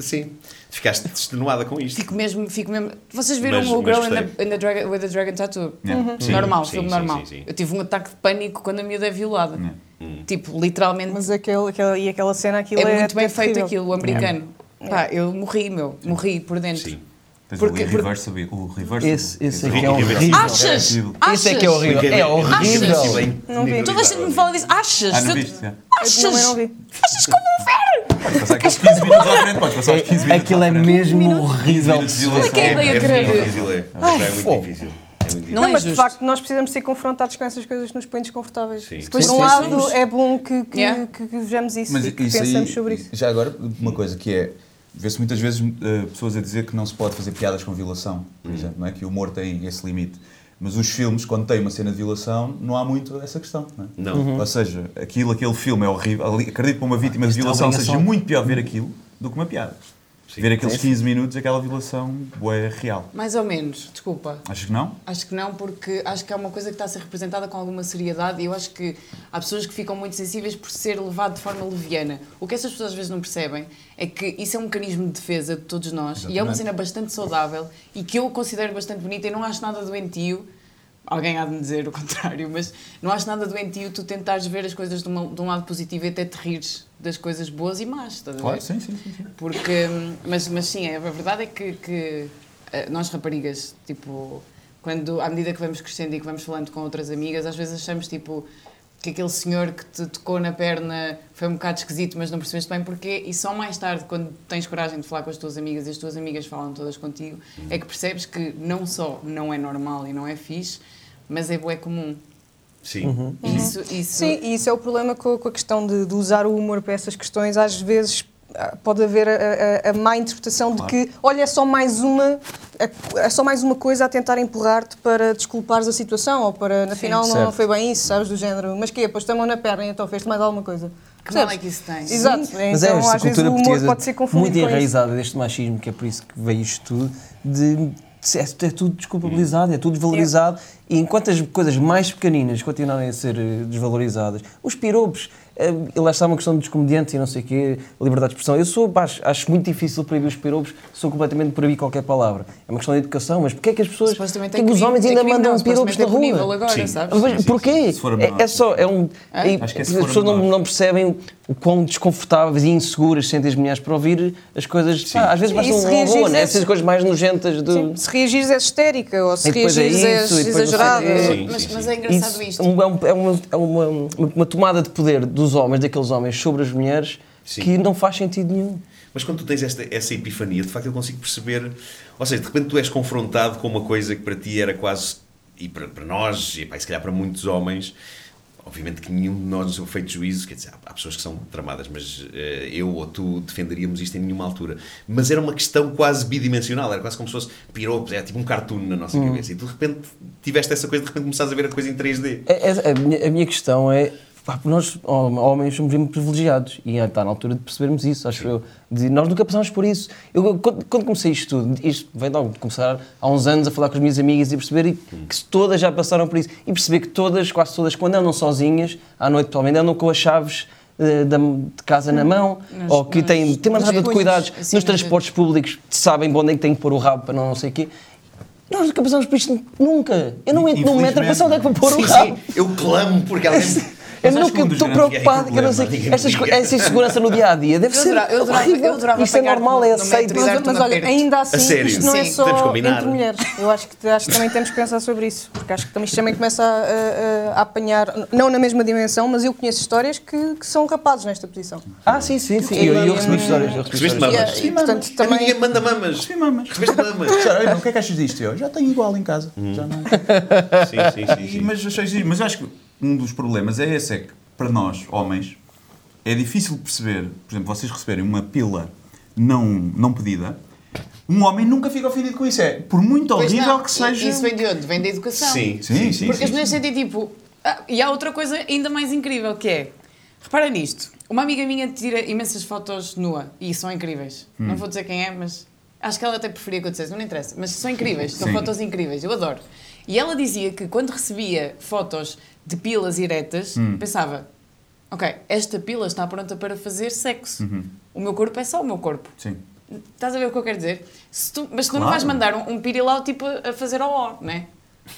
B: Sim. Ficaste extenuada com isto.
C: Fico mesmo, fico mesmo. Vocês viram
B: Mas-
C: o
B: mas
C: Girl in
B: gostei.
C: the, in the Dragon, with the Dragon Tattoo?
D: Yeah. Uhum.
B: Sim,
C: normal,
B: sim,
C: filme
B: sim,
C: normal.
B: sim, sim.
C: Eu tive um ataque de pânico quando a miúda é violada.
D: Yeah.
F: Hum.
C: Tipo, literalmente.
E: Mas aquele, aquele, e aquela cena, aquilo
C: é
E: é,
C: muito bem
E: é
C: feito
E: terrível.
C: aquilo, o americano. Pá, eu morri, meu. Morri por dentro.
B: Sim.
D: Tens
C: Porque-
D: o
C: porque-
D: reversible. O reversible.
F: Esse, esse
D: Esse
F: aqui é horrível.
C: Achas?
D: Isso
F: Esse é que é horrível.
B: Porque
F: É
C: Achas?
F: horrível.
B: bem é
E: Não vi.
C: Toda a gente me fala disso. Achas?
D: Ah, não
C: Se eu-
D: viste? É.
C: Achas?
E: Eu também não vi.
C: Achas como um ferro?
D: Podes passar aqueles 15 minutos à frente. Podes passar os 15
F: É-
D: minutos.
F: Aquilo é mesmo horrível.
D: Minutos de
C: Como é que é a
D: ilusão.
C: ideia,
B: É
C: credo?
B: muito difícil, é. É muito difícil.
E: Não,
C: é
E: mas de
C: justo.
E: facto nós precisamos ser confrontados com essas coisas que nos põem desconfortáveis.
G: Sim.
E: Se, Por
C: Sim,
E: um
C: sim,
E: lado
C: sim.
E: é bom que, que,
C: Yeah.
E: que- que vejamos isso
D: Mas
E: e que
D: isso aí-
E: pensamos sobre isso.
D: Já agora, uma coisa que é. Vê-se muitas vezes eh, pessoas a dizer que não se pode fazer piadas com violação, por
G: Hum.
D: exemplo, não é? Que o humor tem esse limite. Mas os filmes, quando tem uma cena de violação, não há muito essa questão, não é?
G: Não.
E: Uhum.
G: Ah,
D: Ou seja, aquilo, aquele filme é horrível. Ali- Acredito que uma vítima de
F: isto é
D: violação
F: obrigação.
D: seja
G: um.
D: muito pior ver aquilo do que uma piada. Ver aqueles 15 minutos, aquela violação é real.
C: Mais ou menos, desculpa.
D: Acho que não?
C: Acho que não, porque acho que é uma coisa que está a ser representada com alguma seriedade e eu acho que há pessoas que ficam muito sensíveis por ser levado de forma leviana. O que essas pessoas às vezes não percebem é que isso é um mecanismo de defesa de todos nós e é uma
D: Exatamente.
C: cena bastante saudável e que eu considero bastante bonita e não acho nada doentio. Alguém há de me dizer o contrário, mas não acho nada doentio tu tentares ver as coisas de, uma- de um lado positivo e até te rires das coisas boas e más, estás a ver?
G: é?
D: Claro, sim, sim, sim. sim.
C: Porque, hum, mas, mas sim, a verdade é que, que, eh, nós raparigas, tipo, quando, à medida que vamos crescendo e que vamos falando com outras amigas, às vezes achamos, tipo, que aquele senhor que te tocou na perna foi um bocado esquisito, mas não percebeste bem porquê, e só mais tarde, quando tens coragem de falar com as tuas amigas e as tuas amigas falam todas contigo, é que percebes que não só não é normal e não é fixe, mas é bué comum.
G: Sim.
F: Uhum.
C: Isso, isso...
E: Sim, e isso é o problema com, com a questão de, de usar o humor para essas questões. Às vezes ah, pode haver a, a- a má interpretação de que, olha, é só mais uma, é- é só mais uma coisa a tentar empurrar-te para desculpares a situação ou para, na final, não,
F: Certo.
E: foi bem isso, sabes, do género. Mas quê? Pôs-te a mão na perna e então fez-te mais alguma coisa.
C: Que mal
E: Percebes?
C: é que isso tem?
E: Exato.
F: Mas é
E: então,
F: esta
E: às vezes
F: cultura
E: o humor
F: portuguesa
E: pode ser confundido
F: muito
E: com isso.
F: enraizada deste machismo, que é por isso que veio isto tudo, de, de- é, é tudo desculpabilizado, é tudo valorizado, e enquanto as coisas mais pequeninas continuarem a ser eh, desvalorizadas, os piropos, eh, e lá está uma questão dos comediantes e não sei o quê, liberdade de expressão, eu sou, pá, acho, acho muito difícil proibir os piropos, sou completamente proibir qualquer palavra. É uma questão de educação, mas porquê é que as pessoas,
C: Supostamente
F: porquê
C: é
F: que os
C: crime-
F: homens
C: é
F: ainda
C: crime não,
F: mandam piropos
C: supostamente
F: na
C: é punível
F: rua?
C: agora,
G: Sim.
C: sabes?
F: Mas porquê?
D: Se for a
F: É-
D: menor,
F: é, só, é um. é-
D: Acho que é
F: as
D: se for a
F: pessoas não,
D: menor.
F: não percebem o quão desconfortáveis e inseguras se sentem as mulheres para ouvir as coisas. Pá, às vezes
E: E
F: basta um
E: se reagires
F: horror, né?
E: a-
F: essas coisas mais nojentas do.
E: Sim, Se reagires és histérica ou se
F: E depois é
E: reagires
F: isso, e depois não
E: és
F: sei o quê.
E: exagerada.
F: Sim.
G: Sim,
C: mas,
G: sim,
C: mas
G: sim.
C: é engraçado
F: Isso
C: isto.
F: é um- é, um- é uma, é uma- uma tomada de poder dos homens, daqueles homens, sobre as mulheres
G: Sim.
F: que não faz sentido nenhum.
G: Mas quando tu tens esta, essa epifania, de facto eu consigo perceber. Ou seja, de repente tu és confrontado com uma coisa que para ti era quase. E para, para nós, e pá, e se calhar para muitos homens, obviamente que nenhum de nós no seu feito juízo, quer dizer, há, há pessoas que são tramadas, mas eh, eu ou tu defenderíamos isto em nenhuma altura. Mas era uma questão quase bidimensional, era quase como se fosse piropos, era tipo um cartoon na
F: Hum.
G: nossa cabeça. E tu de repente tiveste essa coisa, de repente começaste a ver a coisa em 3D.
F: É- é- a, minha, a minha questão é. pá, nós, hom- homens, somos muito privilegiados e está na altura de percebermos isso, acho eu. De- nós nunca passámos por isso. Eu, quando, quando comecei isto tudo, isto vem logo de começar há uns anos a falar com as minhas amigas e perceber que todas já passaram por isso. E perceber que todas, quase todas, quando andam sozinhas, à noite principalmente, andam com as chaves eh, da- de casa na mão, ou que têm, têm uma
C: nos
F: data de
C: punhos,
F: cuidados
C: assim, nas-
F: nos transportes públicos, sabem onde é que têm que pôr o rabo para não sei o quê. Nós nunca passámos por isto, nunca. Eu não entro num metro a
D: Infelizmente.
F: pensar onde é que vou pôr o
G: Sim,
F: rabo.
G: sim, eu clamo porque alguém.
F: Eu
D: Mas acho que
F: nunca
D: um dos
F: estou
D: grandes
F: preocupado, que eu não sei.
G: é ninguém me
F: Estas, co-
G: liga.
F: essa insegurança no dia a dia deve
C: Eu
F: ser.
C: adorava- eu adorava-
F: horrível.
C: eu adorava
F: Isto é
C: pegar-te
F: normal,
C: no-
F: é
C: no
F: aceito.
C: metro e
E: Mas,
C: Exato,
E: mas
C: um
E: olha,
C: aperto.
E: ainda
G: A
E: assim,
G: sério?
E: isto não é
C: Sim.
E: só
G: Podemos combinar.
E: entre mulheres. Eu acho que, acho que também temos que pensar sobre isso, porque acho que também, isto também começa a, a- a apanhar, não na mesma dimensão, mas eu conheço histórias que, que são rapazes nesta posição.
F: Ah, sim, sim, sim. Eu, eu recebi histórias. Eu recebi
G: Recebeste
F: histórias.
G: mamas.
E: Ah, E, e, portanto,
G: A mim
E: também...
G: ninguém me manda mamas.
D: Sim, mamas.
G: Recebeste mamas. Hum.
D: Já, olha, o que é que achas disto? Eu já tenho igual em casa. Já não... é?
G: Sim, sim, sim.
D: E-
G: sim.
D: mas, achei giro. mas eu acho que um dos problemas é esse, é que para nós, homens, é difícil perceber, por exemplo, vocês receberem uma pila não, não pedida, um homem nunca fica ofendido com isso. É, por muito
C: Pois
D: horrível
C: não,
D: que
C: e-
D: seja...
C: Isso vem de onde? Vem da educação.
G: Sim,
D: Sim, sim,
C: Porque as
D: sim.
C: mulheres sentem tipo. ah, e há outra coisa ainda mais incrível que é. Repara nisto. Uma amiga minha tira imensas fotos nua e são incríveis.
D: Hum.
C: Não vou dizer quem é, mas. Acho que ela até preferia que eu dissesse, mas não interessa. Mas são incríveis, são
D: Sim.
C: fotos incríveis, eu adoro. E ela dizia que quando recebia fotos de pilas eretas,
D: Hum.
C: pensava: ok, esta pila está pronta para fazer sexo.
D: Uhum.
C: O meu corpo é só o meu corpo.
D: Sim.
C: Estás a ver o que eu quero dizer? Se tu- mas tu não
D: Claro.
C: vais mandar um, um pirilau tipo a fazer ao ó, não é?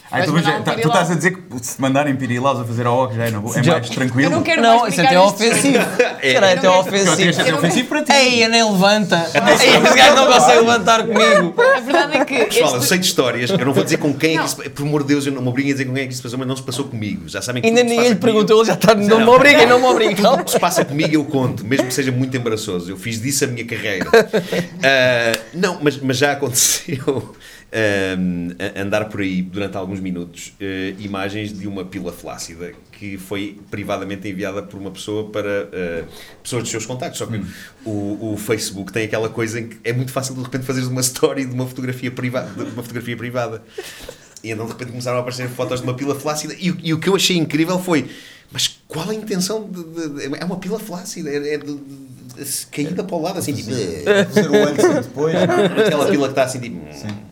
D: Ah,
C: Vais
D: então,
C: mandar
D: mas é-
C: um
D: tá- tu
C: pirilau.
D: estás a dizer que se te mandarem pirilaus a fazer a OG já é, na boa, é
F: Já-
D: mais tranquilo?
C: Eu não quero
F: Não,
C: mais
F: isso
C: brincar
F: até é
C: neste
F: ofensivo.
C: *laughs*
F: Cara, é até
C: quero-
D: Porque eu acho que
F: ofensivo.
D: é ofensivo para ti.
F: Ei, a nem levanta. Ei, esse gajo não consegue levantar comigo.
C: A verdade é que.
G: Pessoal, eu
C: este-
G: sei de histórias, eu não vou dizer com quem é que
C: Não.
G: isso Por amor de Deus, eu não me obriguem a dizer com quem é que isso passou, mas não se passou comigo. Já sabem que
F: Ainda
G: tudo o que se
F: ninguém lhe
G: passa comigo-
F: perguntou, ele já está. Não me
G: Não.
F: obriguem, não me obriguem.
G: O que se passa comigo eu conto, mesmo que seja muito embaraçoso. Eu fiz disso a minha carreira. Ah, não, mas, mas já aconteceu.
B: um, andar por aí durante alguns minutos uh, imagens de uma pila flácida que foi privadamente enviada por uma pessoa para uh, pessoas dos seus contactos. Só que o, o, Facebook tem aquela coisa em que é muito fácil de repente fazeres uma story de uma fotografia privada. De uma fotografia privada. E então de repente começaram a aparecer fotos de uma pila flácida e, e o que eu achei incrível foi mas qual a intenção de, de, de, é uma pila flácida é, é caída para o lado assim tipo
D: fazer o antes e depois
B: aquela pila que está assim tipo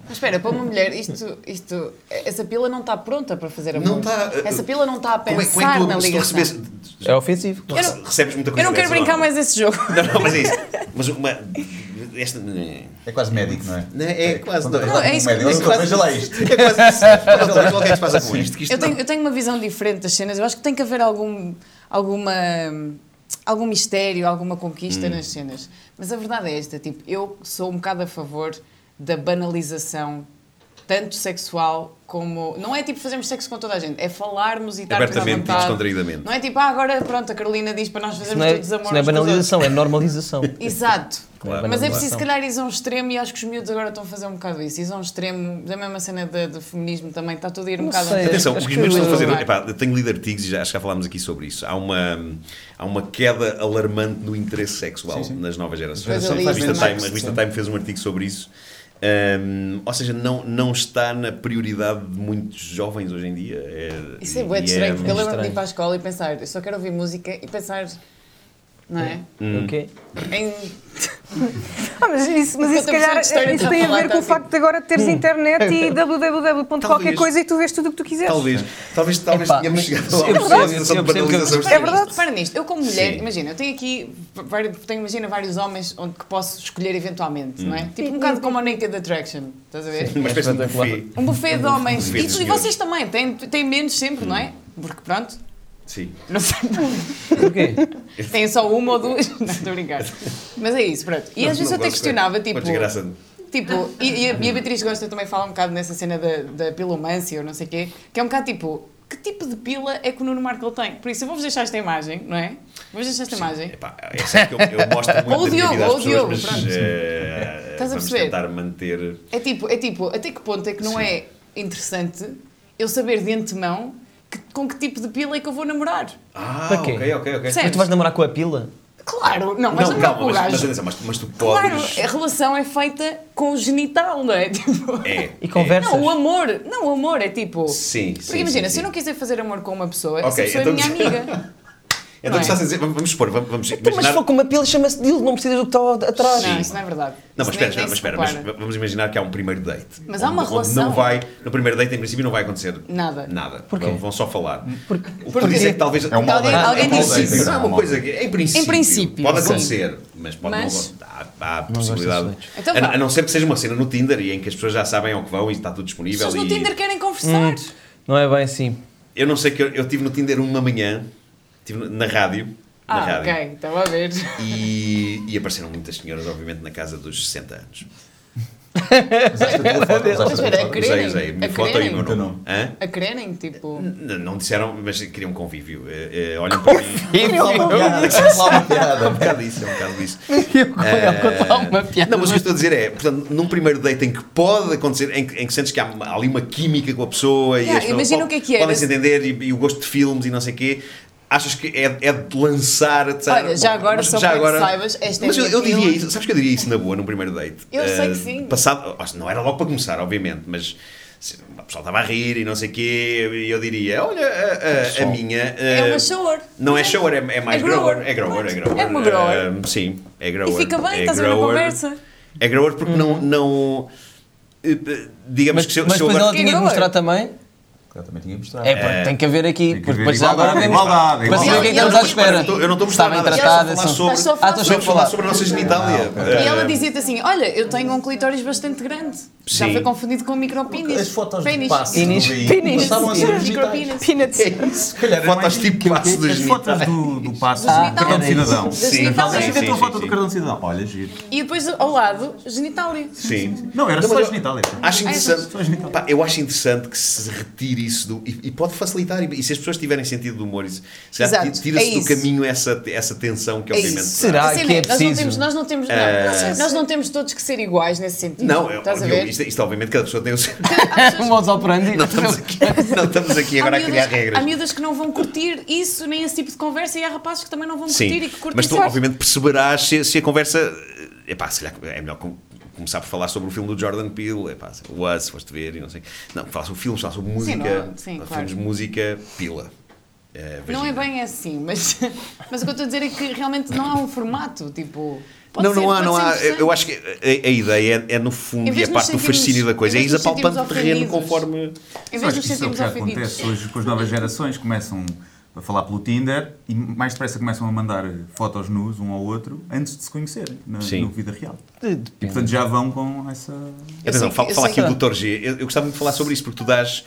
C: mas espera, para uma mulher, isto, isto, essa pila não está pronta para fazer amor.
B: Não está, uh,
C: essa pila não está a
B: como
C: pensar
B: é, como é que tu,
C: na
B: se tu
C: ligação.
B: recebes-
F: É ofensivo.
B: tu
C: Eu não-
B: recebes muita
C: Eu
B: coisa
C: não quero
B: dessa,
C: brincar mais esse jogo.
B: Não, não, mas é isso. Mas uma. Esta. Não,
D: É quase médico, não é?
B: é é quase.
D: Quando
C: Não, é
D: um
C: isso
D: médico,
C: que-
D: doutor,
B: é quase-
D: Veja lá isto.
B: É quase isso. Mas, olha, olha o que é que se passa com isto. Que isto
C: Eu tenho,
B: não-
C: eu tenho uma visão diferente das cenas. Eu acho que tem que haver algum, alguma, algum mistério, alguma
B: Hum.
C: conquista nas cenas. Mas a verdade é esta: tipo, eu sou um bocado a favor da banalização, tanto sexual como. Não é tipo fazermos sexo com toda a gente, é falarmos e estarmos à
B: Abertamente e
C: vontade.
B: descontraídamente.
C: Não é tipo, ah, agora pronto, a Carolina diz para nós
F: Isso
C: fazermos
F: não é,
C: todos amor
F: isso não é
C: uns com os outros.
F: banalização, é normalização.
C: Exato.
F: Claro.
C: Mas é
F: Banalização.
C: preciso, se calhar, ir a um extremo e acho que os miúdos agora estão a fazer um bocado isso. Ir a um extremo, da mesma cena de- do feminismo também, está tudo a ir um
F: Não
C: bocado a um
F: sei,
B: Atenção,
C: extremo. *laughs*
F: Acho
B: o que
F: que é
B: os meus estão a fazer.
C: eu-
B: epá, eu tenho lido artigos e já, acho que já falámos aqui sobre isso. Há uma, há uma queda alarmante no interesse sexual nas novas gerações.
C: Pois
B: A
E: é,
C: eu li
B: revista,
C: isso também.
B: Time, a revista Time fez um artigo sobre isso. Hum, ou seja, não, não está na prioridade de muitos jovens hoje em dia. É,
C: Isso é
B: e
C: bué de estranho, porque eu
F: muito
C: lembro-me de ir
F: estranho.
C: para a escola e pensar, eu só quero ouvir música e pensar, não é?
B: Hum.
F: Ok?
C: Em...
E: Ah, mas isso, mas isso,
C: 50%
E: se calhar,
C: de história
E: isso
C: está
E: tem a
C: a falar,
E: ver com o
C: está
E: facto de agora teres internet e www. qualquer
B: Talvez.
E: coisa e tu vês tudo o que tu quiseres.
B: Talvez,
C: É
B: talvez, talvez
F: Epá,
B: tenhamos
F: mas-
B: chegado *laughs*
F: eu
B: a uma
F: percebo, eu
B: situação de
F: percebo que-
B: banalização
C: Repara
E: É
B: extrema.
E: verdade.
C: nisto, Repara nisto, eu como mulher,
B: Sim.
C: imagina, eu tenho aqui, vari- tenho, imagina, vários homens onde que posso escolher eventualmente, não
B: Hum.
C: é? Tipo um bocado como a Naked Attraction, estás a ver?
E: É
B: Uma espécie de buffet.
C: Um buffet
B: *laughs*
C: de homens.
B: buffet
C: E,
B: de
C: tu- e
B: senhores. Hum.
C: vocês também, têm, têm menos sempre, não é? Porque pronto,
B: Sim.
C: não sei.
F: Porquê?
C: Têm só uma ou duas. *laughs* Não, estou a brincar. Mas é isso, pronto. E às
B: Não,
C: vezes
B: não
C: eu até
B: gosto,
C: questionava,
B: é.
C: tipo.
B: Uma desgraça.
C: Tipo, e, e a, e a Beatriz Gosta também fala um bocado nessa cena da, da pilomância ou não sei o quê, que é um bocado tipo. Que tipo de pila é que o Nuno Marco tem? Por isso, eu vou-vos deixar esta imagem, não é? Vou-vos deixar esta imagem.
B: Epá, é certo que eu, eu mostro muito
C: Ou o
B: da minha
C: Diogo,
B: vida
C: ou
B: às
C: o
B: pessoas,
C: Diogo,
B: mas
C: pronto.
B: eh,
C: Estás a
B: vamos
C: perceber?
B: tentar manter...
C: É tipo, é tipo, até que ponto é que não é interessante eu saber de antemão que- com que tipo de pila é que eu vou namorar?
B: Ah,
F: Para quê?
B: ok, ok, ok.
C: Percebes?
F: Mas tu vais namorar com a pila?
C: Claro, não, mas
B: Não,
C: namorar
B: calma,
C: com o
B: mas, mas, é
C: gajo.
B: atenção, mas, mas tu
C: Claro,
B: podes...
C: a relação é feita com o genital, não é? *laughs* Tipo,
B: É,
F: E conversas?
C: Não, o amor, não, o amor é tipo.
B: Sim,
C: Porque
B: sim,
C: imagina,
B: sim,
C: se eu
B: sim.
C: não quiser fazer amor com uma pessoa, essa
B: Ok,
C: pessoa é minha
B: então- *laughs*
C: amiga.
B: Então
C: não é?
B: tu
C: Então,
B: estás a dizer... Vamos, vamos supor, vamos, vamos
F: Mas
B: imaginar...
F: se for com uma pila, chama-se dildo, não precisas do que está atrás.
C: Não, isso não é verdade.
B: Não,
C: Isso
B: mas espera, espera,
C: nem- nem
B: mas
C: se
B: espera,
C: compara.
B: mas vamos imaginar que há um primeiro date.
C: Mas há uma
B: onde,
C: relação.
B: Onde não vai, no primeiro date, em princípio, não vai acontecer
C: Nada.
B: Nada.
F: Porquê?
B: Vão, vão só falar. Porque,
C: porque-
B: isso é que talvez.
D: É um mau
C: Alguém-
D: date.
C: alguém
D: É um mau
C: disse
D: date,
C: isso.
D: é um
B: Não é
D: mau
B: uma
D: date.
B: coisa que, em princípio,
C: Em princípio,
B: pode
C: sim.
B: acontecer, mas pode
C: Mas-
B: não acontecer. Há, há
F: gosto
B: possibilidade.
F: desses
C: Então
B: a,
C: vá.
B: a não ser que seja uma cena no Tinder e em que as pessoas já sabem ao que vão e está tudo
C: As
B: disponível.
C: pessoas no
B: e-
C: Tinder querem conversar.
B: Hum,
F: Não é bem assim.
B: Eu não sei que eu, eu tive no Tinder uma manhã, tive na rádio, na
C: Ah,
B: rádio.
C: ok, estava a ver.
B: E, e apareceram muitas senhoras, obviamente, na casa dos 60 anos.
D: Usaste a tua foto, usaste a tua
C: Mas espera, a
D: foto.
C: É
B: Usei,
C: quererem.
B: usei, a minha
C: a
B: foto e o meu
C: quererem.
B: nome.
D: Teu nome.
B: Hã?
C: A quererem, tipo.
B: N- Não disseram, mas queriam convívio. Eh, eh, olhem para mim.
C: assim?
D: Lá uma
B: É um
D: piada.
B: bocado isso, é um bocado
F: *laughs*
B: isso. Eh,
F: contar uma piada.
B: Não, mas o que eu estou a dizer é, portanto, num primeiro date em que pode acontecer, em que, em que sentes que há uma- ali uma química com a pessoa e
C: Yeah,
B: as pessoas
C: imagina
B: po-
C: o que é que é,
B: podem se
C: mas-
B: entender e, e o gosto de filmes e não sei o quê. Achas que é, é de lançar, etc.
C: Olha, já
B: Bom,
C: agora,
B: mas
C: só para que saibas, esta é a
B: Mas eu,
C: minha
B: eu diria
C: fila.
B: isso, sabes que eu diria isso na boa, num primeiro date.
C: Eu sei
B: Eh,
C: que sim.
B: Passado, oh, não era logo para começar, obviamente, mas se- a pessoa estava a rir e não sei o quê, e eu diria, olha, a- a, a minha.
C: É
B: eh,
C: uma shower.
B: não é shower, é, é mais
C: É grower.
B: grower. É grower, é grower.
C: É uma grower.
B: Ahm, sim, é grower.
C: E fica bem,
B: é
C: estás a ver na conversa.
B: É grower porque não. não eh, eh, digamos
F: Mas,
B: que se eu,
F: mas
B: se eu
F: depois ela
B: agora.
F: tinha que
C: Agora.
F: mostrar também.
D: Eu também tinha mostrado.
F: É, pá, tem que haver aqui.
D: Tem que
F: Porque
D: haver
F: depois já
D: igualdade,
F: agora vemos.
D: igualdade,
F: Para saber o que é que
C: igualdade.
F: estamos à
C: Mas
B: Eu
F: espera.
B: não- eu não estou a mostrar
F: Está bem
B: nada. Estás
F: tratada.
B: a falar
F: são-
B: sobre-
C: Estás só a
F: Ah, estás
B: Estou a falar
F: falar.
B: sobre a nossa genitália.
C: E
B: Eh, *laughs*
C: ela dizia-te assim: Olha, eu tenho um clitóris bastante grande. Já
B: Sim.
C: foi confundido com um micropínis.
D: As fotos de
C: Pênis.
D: passe
F: Pênis.
D: do BI
E: Pênis.
D: passavam a ser
E: Pênis.
D: digitais.
C: Micropínis.
B: *laughs*
E: Peanuts.
D: Se calhar era
B: Fotos
D: mais
B: tipo
D: genital.
B: passe dos
D: As fotos do, do passe,
C: Ah,
D: do cartão de
F: era isso.
D: cidadão.
C: Das genitais.
D: Deixa eu ver a tua
B: Sim, sim,
D: foto do
B: sim.
D: cartão de cidadão. Olha, giro.
C: E depois ao lado, genitália.
B: Sim.
D: Não, era
B: Não,
D: só
B: mas
D: a
B: eu-
D: genital.
B: Acho
C: Ai,
B: interessante,
D: só genital.
B: pá, eu acho interessante que se retire isso do, e, e pode facilitar. E, e se as pessoas tiverem sentido de humor, isso- se calhar
C: Exato,
B: ti- tira-se
C: é
B: do
C: isso.
B: caminho essa, essa tensão que,
C: É isso.
B: obviamente. Ah,
F: Será? Ah,
C: Sim,
F: que
C: Assim,
F: é
C: nós não
F: preciso.
C: temos, nós não temos, não, nós não temos todos que ser iguais nesse sentido.
B: Não, eu,
C: estás a
B: eu-
C: ver?
B: isto, isto obviamente cada pessoa tem o seu.
F: *laughs* Um modus operandi.
B: Não estamos aqui, não estamos aqui é agora a criar regras.
C: Há miúdas que não vão curtir isso, nem esse tipo de conversa, e há rapazes que também não vão
B: Sim,
C: curtir e que curtem
B: mas tu
C: isso.
B: obviamente perceberás se, se a conversa. eh, Epá, se calhar é melhor com- começar por falar sobre o filme do Jordan Peele, epá, o Us, foste ver e não sei. Não, falar sobre filmes, falar sobre música.
C: não- sim,
B: falar
C: claro.
B: filmes de música, pila. Eh,
C: Não é
B: vagina.
C: bem assim, mas, *laughs* mas o que eu estou a dizer é que realmente não há um formato, tipo... pode
B: Não,
C: ser,
B: não há,
C: pode
B: não
C: ser
B: há.
C: interessante.
B: Eu acho que a, a ideia é, é, no fundo,
C: Em
B: e
C: vez
B: a
C: de
B: parte do
C: nos sentirmos-
B: fascínio da coisa,
C: em
B: é
C: vez
B: ir
C: de nos
B: apalpando
C: sentirmos
B: terreno
C: ofendidos.
B: conforme.
C: Em
D: Eu
C: vez
D: acho
C: de nos
D: que isso é o que
C: sentirmos
D: já
C: ofendidos.
D: acontece hoje com as novas gerações, começam a falar pelo Tinder e mais depressa começam a mandar fotos nus um ao outro antes de se conhecerem na
B: Sim.
D: no vida real.
F: De-
D: E,
F: Depende.
D: portanto já vão com essa.
B: Atenção,
C: sei que-
B: fala,
C: eu
B: fala
C: sei
B: aqui do
F: que-
B: Dr. G. Eu, eu gostava muito de falar sobre isso, porque tu dás,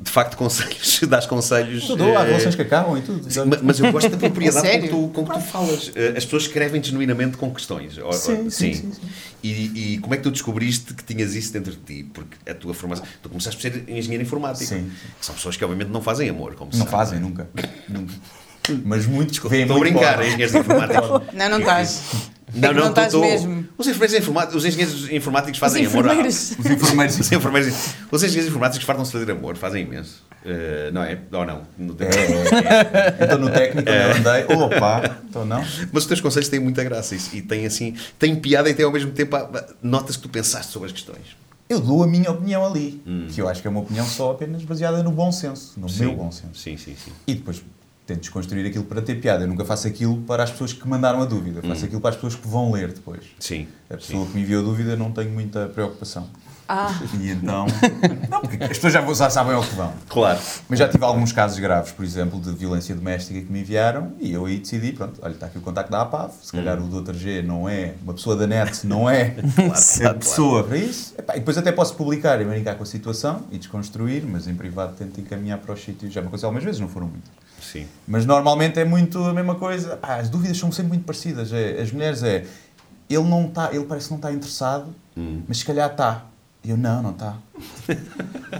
B: de facto, conselhos. *laughs* Dás conselhos. eh,
D: que acabam e tudo.
B: Sim, ma- mas eu gosto da propriedade com que,
C: Sério?
B: tu, com que tu falas. Eh, As pessoas escrevem genuinamente com questões. Ou- ou-
D: Sim, sim, sim, sim.
B: E, e como é que tu descobriste que tinhas isso dentro de ti? Porque a tua formação. Tu começaste por ser engenheiro informático.
D: Sim.
B: São pessoas que, obviamente, não fazem amor, como se
D: Não
B: sabe.
D: fazem nunca. nunca. Mas muitos que
B: Estou a brincar, é engenheiros de informática.
C: Não, não estás.
B: Não,
C: Não
B: não,
C: estás
B: tô- tô-
C: mesmo.
B: Os enfermeiros informáticos, os engenheiros informáticos
C: Os
B: fazem amor. à-
C: enfermeiros.
D: Os enfermeiros.
B: Os enfermeiros, os engenheiros informáticos fartam-se de fazer amor, fazem imenso. Eh, não é? Ou não? Não tem- *laughs*
D: É, então no técnico eu andei. Opa, então não.
B: Mas os teus conselhos têm muita graça isso, e têm assim, têm piada e têm ao mesmo tempo ah, notas que tu pensaste sobre as questões.
D: Eu dou a minha opinião ali, que eu acho que é uma opinião só apenas baseada no bom senso, no meu um bom senso.
B: Hum. Sim, sim, sim.
D: E depois tento desconstruir aquilo para ter piada. Eu nunca faço aquilo para as pessoas que mandaram a dúvida, faço aquilo para as pessoas que vão ler depois.
B: Hum. Sim.
D: A pessoa que me enviou a dúvida não tenho muita preocupação. E então. *laughs* não, porque as pessoas já, vão- já sabem ao que vão.
B: Claro.
D: Mas já tive alguns casos graves, por exemplo, de violência doméstica que me enviaram e eu aí decidi, pronto, olha, está aqui o contacto da APAV, se calhar o Dr. G não é, uma pessoa da net não é a pessoa para isso. Epá, e depois até posso publicar e brincar com a situação e desconstruir, mas em privado tento encaminhar para os sítios. Já me aconteceu algumas vezes, não foram muitas.
B: Sim.
D: Mas normalmente é muito a mesma coisa. Pá, as dúvidas são sempre muito parecidas. É, as mulheres é. Ele não tá, ele parece que não está interessado, mas se calhar está. Eu não, não está. *laughs*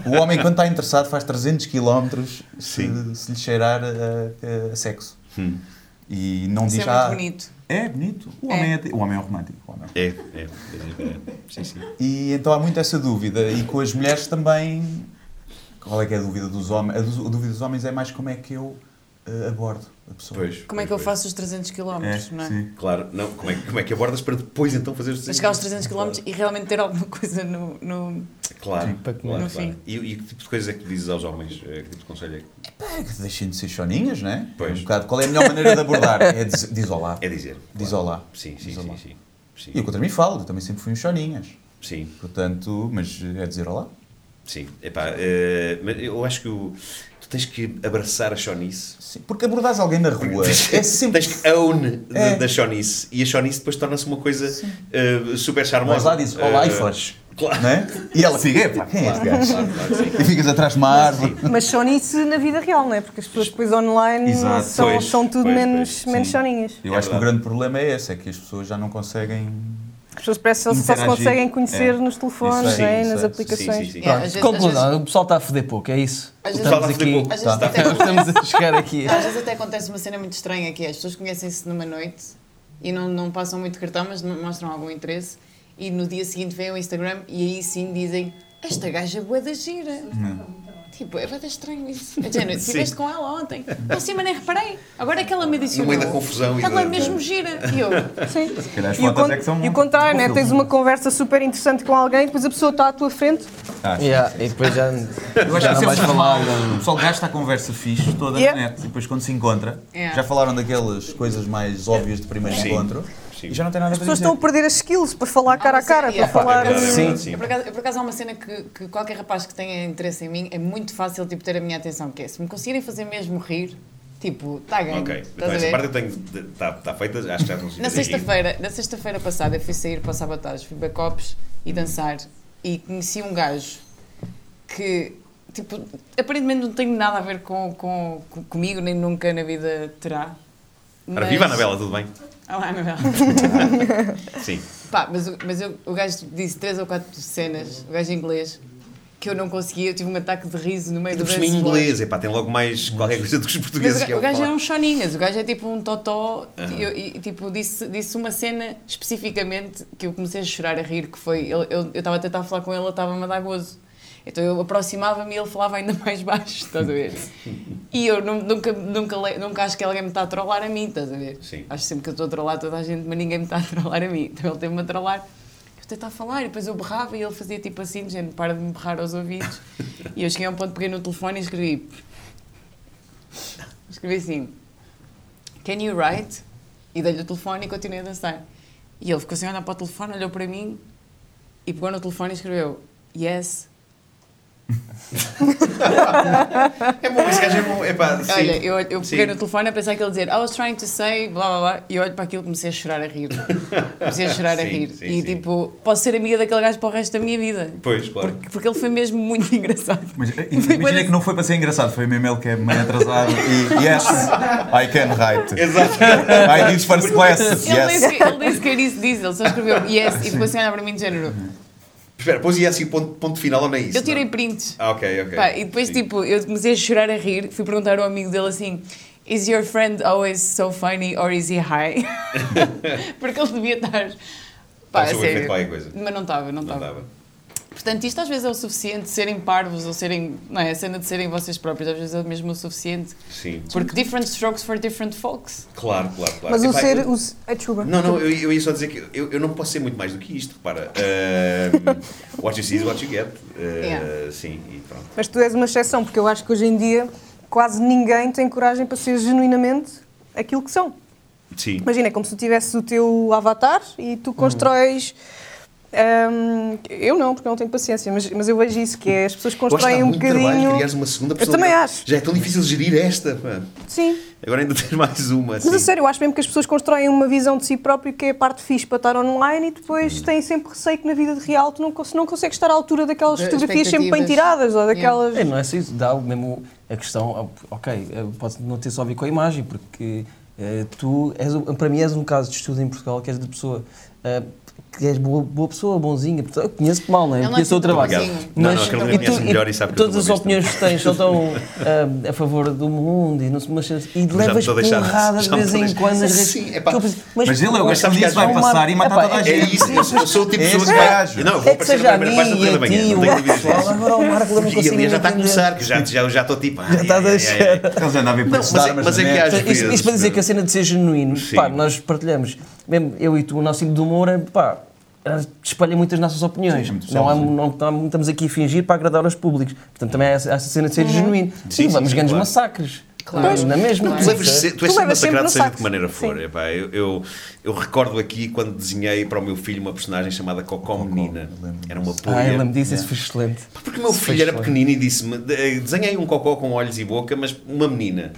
D: o homem, quando está interessado, faz 300 km se,
B: Sim.
D: se lhe cheirar a, a- a sexo. E não
C: Isso
D: diz
C: é muito
D: "Ah,
C: bonito."
D: É bonito. O homem é, de- o homem é romântico. o homem é
B: É, é, é, é. Sim, sim.
D: e então há muito essa dúvida. E com as mulheres também. Qual é que é a dúvida dos homens? A, du- a dúvida dos homens é mais como é que eu eh, abordo a pessoa.
B: Pois.
C: Como é que eu faço os 300 km,
D: É,
C: não é?
D: sim.
B: Claro, não, como é, que- como é que abordas para depois então fazer os
C: Mas chegar aos 300 km e realmente ter alguma coisa no... no...
B: Claro,
F: para
B: claro,
F: comer.
B: claro.
C: No fim.
B: E, e que tipo de coisas é que tu dizes aos homens? Eh, Que tipo de conselho é que-
D: Pá, que deixem de ser choninhas, não é?
B: Pois.
D: Um bocado. Qual é a melhor maneira de abordar? É diz, diz olá.
B: É dizer.
D: Diz
B: claro.
D: olá.
B: Sim, sim,
D: Diz
B: sim,
D: olá.
B: sim. Sim.
D: E eu contra mim falo, eu também sempre fui um choninhas.
B: Sim.
D: Portanto, mas é dizer olá.
B: Sim, epá, eh, mas eu acho que o- tu tens que abraçar a chonice.
D: Sim, Porque abordares alguém na rua é sempre.
B: Tens que own de-
D: É.
B: da chonice. E a chonice depois torna-se uma coisa eh, super charmosa.
D: Mas lá dizes olá e
B: Eh,
D: foges.
B: Claro.
D: Não é? E ela fica, epá, quem é este gajo?
B: Claro, claro, sim.
D: E ficas atrás de uma árvore.
E: Mas choninho na vida real, não é? Porque as pessoas depois online
D: Exato,
E: são,
B: pois,
E: são tudo
B: pois,
E: menos,
B: pois,
E: menos
D: sim.
E: choninhas.
D: Eu
B: É
D: acho que o
B: verdade.
D: grande problema é esse, é que as pessoas já não conseguem.
E: As pessoas parecem que só se
D: Interagir.
E: conseguem conhecer
D: É.
E: nos telefones,
D: Isso aí,
E: né?
D: isso
E: nas
D: aí.
E: aplicações.
B: Sim, sim, sim.
C: É, às vezes- às vezes-
F: Conclusão, o pessoal está a foder pouco, é isso.
C: Às vezes-
B: Estava a
F: Estamos
B: fazer pouco.
F: aqui. Tá.
C: Às vezes até-
F: Estamos a chegar aqui.
C: Às vezes até acontece uma cena muito estranha que é, as pessoas conhecem-se numa noite e não, não passam muito cartão, mas não mostram algum interesse e no dia seguinte vêm o Instagram e aí sim dizem esta gaja é bué da gira. Tipo, é bué da estranho isso. É de género, estiveste com ela ontem. Ah, sim, mas nem reparei. Agora é que ela me
B: No
C: adicionou.
B: meio da confusão e
C: Ela
B: da-
C: é mesmo gira. E eu,
E: Sim.
D: calhar as
E: E o,
D: fotos
E: con-
D: é que são
E: e o contrário, né?
D: bom
E: tens
D: filme.
E: uma conversa super interessante com alguém, depois a pessoa está à tua frente
D: Ah, sim.
F: Yeah, e depois já.
D: Eu acho
F: Já
D: que
F: não
D: sempre
F: vais
D: se
F: falar.
D: fala- O pessoal gasta a conversa fixe toda
E: Yeah.
D: na net e depois quando se encontra.
C: Yeah.
D: Já falaram daquelas coisas mais óbvias de primeiro
B: Sim.
D: encontro
B: Sim.
D: e já não tem nada
E: as
D: a
E: pessoas
D: dizer.
E: estão a perder as skills para falar cara a cara,
C: sim,
E: para
C: é.
E: falar.
B: É verdade, é verdade,
F: Sim.
C: Eu, por acaso, eu, por acaso, há uma cena que, que qualquer rapaz que tenha interesse em mim é muito fácil tipo, ter a minha atenção, que é se me conseguirem fazer mesmo rir, tipo, está ganho.
B: Ok,
C: Estás
B: então
C: a
B: essa
C: ver?
B: parte eu tenho. Está tá feita, acho que já não
C: Na sexta-feira, na sexta-feira passada eu fui sair para sabotagem, fui beber copos e dançar e conheci um gajo que, tipo, aparentemente não tem nada a ver com, com, com- comigo, nem nunca na vida terá.
B: Ora,
C: mas-
B: viva a Anabela, tudo bem?
C: Olá, Anabela.
B: *laughs* Sim.
C: Pá, mas, o- mas eu- o gajo disse três ou quatro cenas, o gajo inglês, que eu não conseguia, eu tive um ataque de riso no meio
B: Ainda
C: do
B: por cima em
C: beisebol.
B: Tipo inglês, epá, tem logo mais qualquer coisa do que os
C: Mas
B: portugueses
C: o,
B: que
C: ga-
B: eu
C: o gajo é
B: falo.
C: um choninhas, o gajo é tipo um totó e, e, tipo, disse, disse uma cena especificamente que eu comecei a chorar, a rir, que foi, ele- eu eu estava a tentar falar com ele, ele estava-me a dar gozo. Então eu aproximava-me e ele falava ainda *laughs* mais baixo, estás a ver? E eu nu- nunca, nunca, le- nunca acho que alguém me está a trollar a mim, estás a ver?
B: Sim.
C: Acho sempre que eu estou a trollar toda a gente, mas ninguém me está a trollar a mim. Então ele teve-me a trollar. Eu tentava falar e depois eu berrava e ele fazia tipo assim, de género, para de me berrar aos ouvidos. e eu cheguei a um ponto, peguei no telefone e escrevi escrevi assim: Can you write? E dei-lhe o telefone e continuei a dançar. E ele ficou assim a olhar para o telefone, olhou para mim e pegou no telefone e escreveu: Yes.
B: É bom, esse gajo é bom. Epá, sim.
C: Olha, eu, eu
B: Sim.
C: peguei no telefone a pensar que ele dizia I was trying to say, blá blá blá, e eu olho para aquilo e comecei a chorar a rir. Comecei
B: *laughs*
C: a chorar a
B: Sim,
C: rir.
B: sim, sim.
C: e tipo, posso ser amiga daquele gajo para o resto da minha vida.
B: Pois, claro.
C: Porque, porque ele foi mesmo muito *laughs* engraçado.
D: Mas eh, imagina que não foi para ser engraçado, foi mesmo ele que é meio atrasado
B: *laughs*
D: e yes, I can write.
B: Exato. *laughs*
D: I did first class,
C: Ele, nem
D: yes.
C: sequer- ele nem sequer disse, disse, ele só escreveu yes e ficou assim a olhar para mim de género.
B: Espera, pôs e assim ponto, ponto final ou nem isso?
C: Eu tirei
B: não?
C: prints.
B: Ah, ok, ok.
C: Pá, e depois,
B: Sim.
C: tipo, eu comecei a chorar a rir. Fui perguntar ao amigo dele assim: Is your friend always so funny or is he
B: *laughs*
C: high? *laughs* Porque ele devia
B: Tá
C: estar.
B: Estava
C: Pá, a
B: sob efeito de
C: sério.
B: qualquer coisa.
C: Mas não estava, não
B: Não
C: estava.
B: dava.
C: Portanto, isto às vezes é o suficiente de serem parvos ou serem. Não é? A cena de serem vocês próprios, às vezes é mesmo o suficiente.
B: Sim.
C: Porque different strokes for different folks.
B: Claro, claro, claro.
E: eh, Mas o
B: Epá,
E: ser.
B: eu-
E: O... se- Ai, desculpa.
B: Não, não, eu, eu ia só dizer que eu, eu não posso ser muito mais do que isto, repara. Ahm, what you see is what you get. Ah,
C: Yeah.
B: Sim, e pronto.
E: Mas tu és uma exceção, porque eu acho que hoje em dia quase ninguém tem coragem para ser genuinamente aquilo que são.
B: Sim.
E: Imagina, é como se tu tivesses o teu avatar e tu constróis. hum, eu não, porque eu não tenho paciência, mas, mas eu vejo isso, que é as pessoas
B: Eu acho que
E: constroem
B: dá
E: um
B: muito trabalho
E: bocadinho.
B: criares uma segunda
E: eu
B: pessoa.
E: também acho.
B: Já é tão difícil gerir esta, pá.
E: Sim.
B: Agora ainda tens mais uma, assim.
E: Mas a sério, eu acho mesmo que as pessoas constroem uma visão de si próprio que é a parte fixe para estar online e
B: Uhum.
E: depois têm sempre receio que na vida de real tu não, cons- não consegues estar à altura daquelas
C: Da-
E: fotografias sempre bem
C: expectativas.
E: tiradas ou daquelas.
F: É, não é só isso, dá mesmo a questão, ok, eh, pode não ter só a ver com a imagem, porque eh, tu, és, um- para mim, és um caso de estudo em Portugal que és de pessoa. eh, que és boa, boa pessoa, bonzinha, portanto, eu conheço-te mal, não é?
C: Ele
F: Eu
C: não
F: conheço o teu
C: é tipo
F: trabalho.
C: bonzinho.
B: Não, não, a Carolina
F: e tu-
B: conhece
F: e
B: melhor e sabe que eu
F: Todas
B: sou
F: as
B: uma besta.
F: opiniões que tens só estão ah, a favor do mundo e não se mexem. E
B: me
F: levas
B: estou a deixar-
F: porrada de
B: já me
F: vez
B: estou a
F: em
B: deixar-
F: quando. nas
B: Sim,
F: redes-
B: epá.
F: que eu penso,
D: Mas ele é o
B: Mas
D: gajo
B: sabes
D: que
B: que
D: disse
B: às
D: vai
B: vezes-
D: passar e matar
F: Epá,
D: toda a
F: é
B: É
D: gente.
B: isso, eu sou, eu sou o tipo de
D: É
B: pessoa
D: esse
B: que
D: gajo.
B: vai. Não, eu vou
F: É que
B: aparecer
F: seja
B: na
F: a
B: primeira
F: mim
B: página toda da
F: e a ti,
B: manhã.
F: o
B: não tenho dúvidas
F: pessoal,
B: disso.
F: agora o Marco eu não
B: E
F: consigo
B: ali já está a
F: entender.
B: começar, que já já- já estou tipo. ai,
F: Já está a
B: ai, ai,
F: deixar.
B: ai.
D: Eles andam a ver
B: Não, mas é-
D: protestar, mas
B: mas é que
D: merda.
B: às
F: Portanto, Isto,
B: vezes,
F: isto para dizer
B: eh,
F: que a cena de ser genuíno,
B: Sim.
F: pá, nós partilhamos, mesmo eu e tu, o nosso tipo de humor, é, pá, espalha muito as nossas opiniões.
D: Sim, é muito
F: não, há-
D: saudável.
F: não, não estamos aqui a fingir para agradar aos públicos. Portanto, também há essa, há essa cena de
E: Uhum.
F: ser genuíno.
B: Sim,
F: e levamos
B: sim,
F: grandes
B: claro.
F: massacres.
C: Claro.
F: Levamos Na mesma.
B: Tu, levas se- tu és
E: é. Tu
B: sempre
E: levas sempre
B: massacrado,
E: no
B: seja de
E: saco.
B: que maneira for.
E: Sim.
B: Epá, eu, eu, eu recordo aqui quando desenhei para o meu filho uma personagem chamada Cocó Menina. Era uma
F: Ah,
B: polha.
F: ele me disse, isso foi excelente.
B: Porque o meu
F: Isso
B: filho
F: foi
B: era
F: excelente.
B: pequenino e disse-me: "De- desenhei um cocó com olhos e boca, mas uma menina.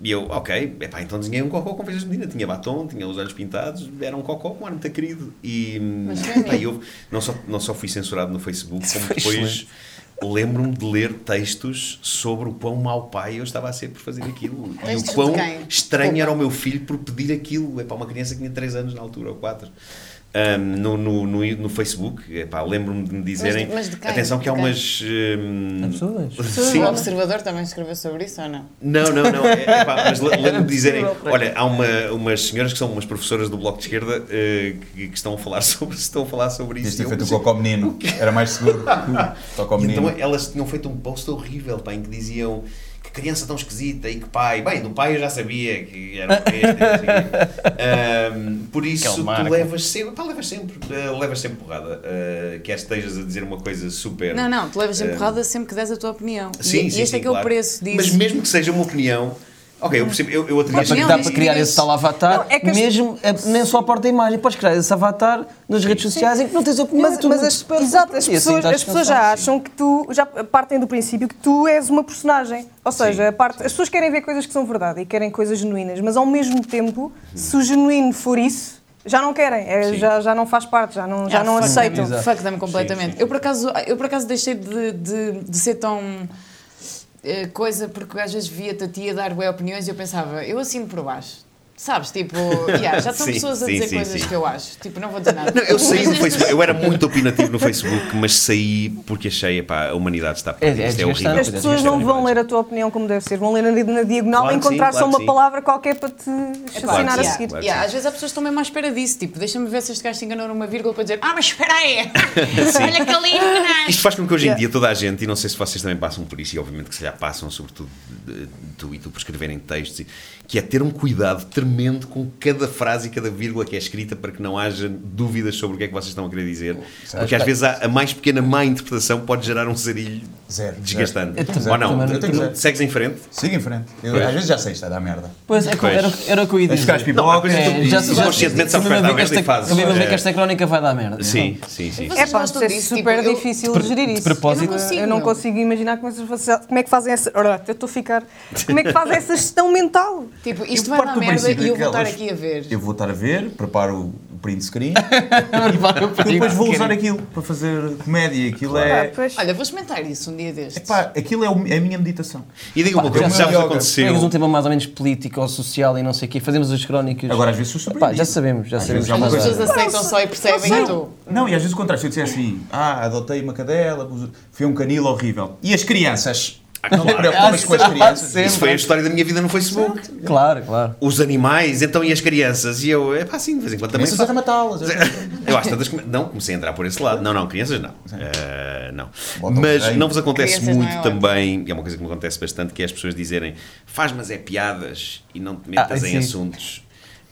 B: E eu, ok, epá, então desenhei um cocó com feitas de menina. Tinha batom, tinha os olhos pintados, era um cocó com um ar muito querido. E
C: Mas foi
B: epá, eu não só, não só fui censurado no Facebook, como
F: foi
B: depois
F: excelente.
B: lembro-me de ler textos sobre o quão mau pai eu estava a ser por fazer aquilo. E
C: Textos
B: o
C: de
B: quão
C: quem?
B: estranho era o meu filho por pedir aquilo. É para uma criança que tinha 3 anos na altura, ou 4. no, no, no, no Facebook, epá, lembro-me de me dizerem
C: Mas- mas de quem?
B: atenção que há
C: De quem?
B: umas Hum, *laughs*
F: Absurdas.
B: Sim.
C: O Um observador também escreveu sobre isso ou não?
B: Não, não, não. É, é pá, mas le- lembro-me de dizerem:
F: Absurdo.
B: olha, há uma, umas senhoras que são umas professoras do Bloco de Esquerda eh, que, que estão a falar *laughs* sobre, estão a falar sobre isso.
D: Este
B: E eu
D: efeito do
B: pensei-
D: cocó menino era mais seguro.
B: *laughs*
D: Cocó
B: E então
D: menino.
B: elas tinham feito um post horrível pá, em que diziam que criança tão esquisita e que pai. Bem, do pai eu já sabia que era um besta, não sei o quê. Ahm, Por isso
F: Aquele
B: tu
F: marco.
B: levas sempre, pá, levas sempre, eh, levas sempre porrada. eh, quer estejas a dizer uma coisa super.
C: Não, não, tu levas a porrada sempre que des a tua opinião. E-
B: É. Sim,
C: e,
B: sim,
C: este é
B: sim,
C: que é o
B: claro.
C: preço disso.
B: Mas mesmo que seja uma opinião, ok, eu percebo, eu, eu atribuo
C: Mas
F: Dá para,
C: não,
F: dá
C: mas
F: para criar
C: tinhas-
F: esse tal avatar,
E: Não, é que as-
F: mesmo, a- nem só a porta imagem, podes criar esse avatar nas redes sociais em que não tens opinião. é
E: Mas,
F: tudo
E: mas
F: muito
E: as,
F: super-
E: exato, as
F: e assim
E: pessoas,
F: estás
E: as pessoas
F: descansado.
E: já acham que tu já partem do princípio que tu és uma personagem. Ou seja, a parte, as pessoas querem ver coisas que são verdade e querem coisas genuínas, mas ao mesmo tempo, se o genuíno for isso, já não querem, é, já, já não faz parte, já não, já
B: É, assim,
C: Ah,
E: não
C: fuck
E: aceitam.
C: them, Fuck them completamente. Eu, por acaso, eu por acaso deixei de, de, de ser tão eh, coisa porque às vezes via-te a tia dar boas opiniões e eu pensava, eu assino por baixo.
B: *laughs*
C: Sabes, tipo, yeah, já estão
B: Sim,
C: pessoas a
B: sim,
C: dizer
B: sim,
C: coisas
B: sim.
C: que eu acho. Tipo, não vou dizer nada.
B: Não, eu saí do
C: Mas nestas-
B: Facebook, eu era muito opinativo no Facebook, mas saí porque achei, epá, a humanidade está perdida,
F: É- é
B: isto é horrível.
F: desgastante. é
E: As pessoas não vão ler a tua opinião como deve ser, vão ler na, na diagonal
B: Claro que sim,
E: encontrar
B: claro
E: só
B: que
E: uma
B: sim. É
E: palavra qualquer para te chacinar
B: claro
E: a
B: que sim,
E: seguir.
B: claro.
C: Yeah, às vezes as pessoas estão mesmo à espera disso. Tipo, deixa-me ver se este gajo se enganou numa vírgula para dizer Ah, mas espera aí! Olha que é? ali enganaste!
B: Isto faz com que hoje em dia toda a gente, e não sei se vocês também passam por isso, e obviamente que se já passam, sobretudo de- de- tu e tu, por escreverem textos, e- que é ter um cuidado tremendo com cada frase e cada vírgula que é escrita para que não haja dúvidas sobre o que é que vocês estão a querer dizer.
H: é
B: Porque às vezes há- a mais pequena má interpretação pode gerar um zarilho
H: Zero,
B: desgastante.
H: zero. Eu tenho
B: Ou
H: zero,
B: não?
H: também, eu tenho
B: Tu-
H: zero.
B: Segues em frente?
H: Siga em frente. Eu,
B: Pois.
H: às vezes já sei isto, está a dar merda.
F: Pois é,
B: Pois.
F: era, era o que eu ia
H: Os
F: dizer.
H: caras
B: Não, há
H: pipocam.
D: É,
B: coisas que tu
F: já se- já-
B: inconscientemente sabes
F: eu
B: que vai dar
F: mesmo ver que
B: merda e
F: esta-
B: fazes.
F: Eu mesmo ver
B: É.
F: que esta crónica vai dar merda.
B: Sim, sim, sim.
E: É
C: Vocês
E: pá,
C: gostam
E: isto é
C: disso?
E: super
C: Tipo, eu-
E: difícil
F: de
E: gerir isso.
F: propósito-
E: eu não consigo,
C: Eu não consigo
E: imaginar como, essas faci- como é que fazem essa. Ora, eu estou
B: *laughs*
E: a ficar. Como é que fazem essa gestão mental?
C: Tipo,
H: Eu
C: isto vai
H: parto
C: dar
H: do
C: merda
H: princípio
C: e eu
H: que
C: vou estar
H: elas-
C: aqui a ver.
H: Eu vou estar a ver, preparo o print
B: *laughs*
H: screen e
F: Depois
H: depois vou usar aquilo para fazer comédia. Aquilo
E: Ah,
H: é.
E: pois.
C: Olha, vou experimentar isso um dia destes.
H: Epá, aquilo é, o- é a minha meditação.
B: E diga uma coisa,
H: já
B: já
H: sei.
B: vos
F: Pegas um
B: aconteceu.
F: tema mais ou menos político ou social e não sei o quê, fazemos as crónicas.
H: Agora, às vezes, sou surpreendido.
F: Pá, já sabemos, já sabemos.
H: vezes é uma
C: As
H: coisa-
C: pessoas aceitam só e percebem que tu.
H: Não, e às vezes o contrário, se eu disser assim, ah, adotei uma cadela, foi um canil horrível. E as crianças?
B: Ah,
D: *laughs*
H: não te preocupes com as crianças.
B: Isso é foi a história da minha vida
H: né?
B: no Facebook.
F: Claro, claro.
B: Os animais, então e as crianças? E eu, é pá, assim, de vez em quando também.
H: Começas a matá-las.
B: *laughs* Eu acho tantas. come- Não, comecei a entrar por esse lado. Não, não, crianças não. Eh, não.
F: um
H: Botam
B: Mas
H: bem.
B: não vos acontece
C: Crianças
B: muito
C: não é ótimo.
B: também, e é uma coisa que me acontece bastante, que é as pessoas dizerem faz, mas é piadas e não te metas
F: Ah,
B: em
F: sim.
B: assuntos.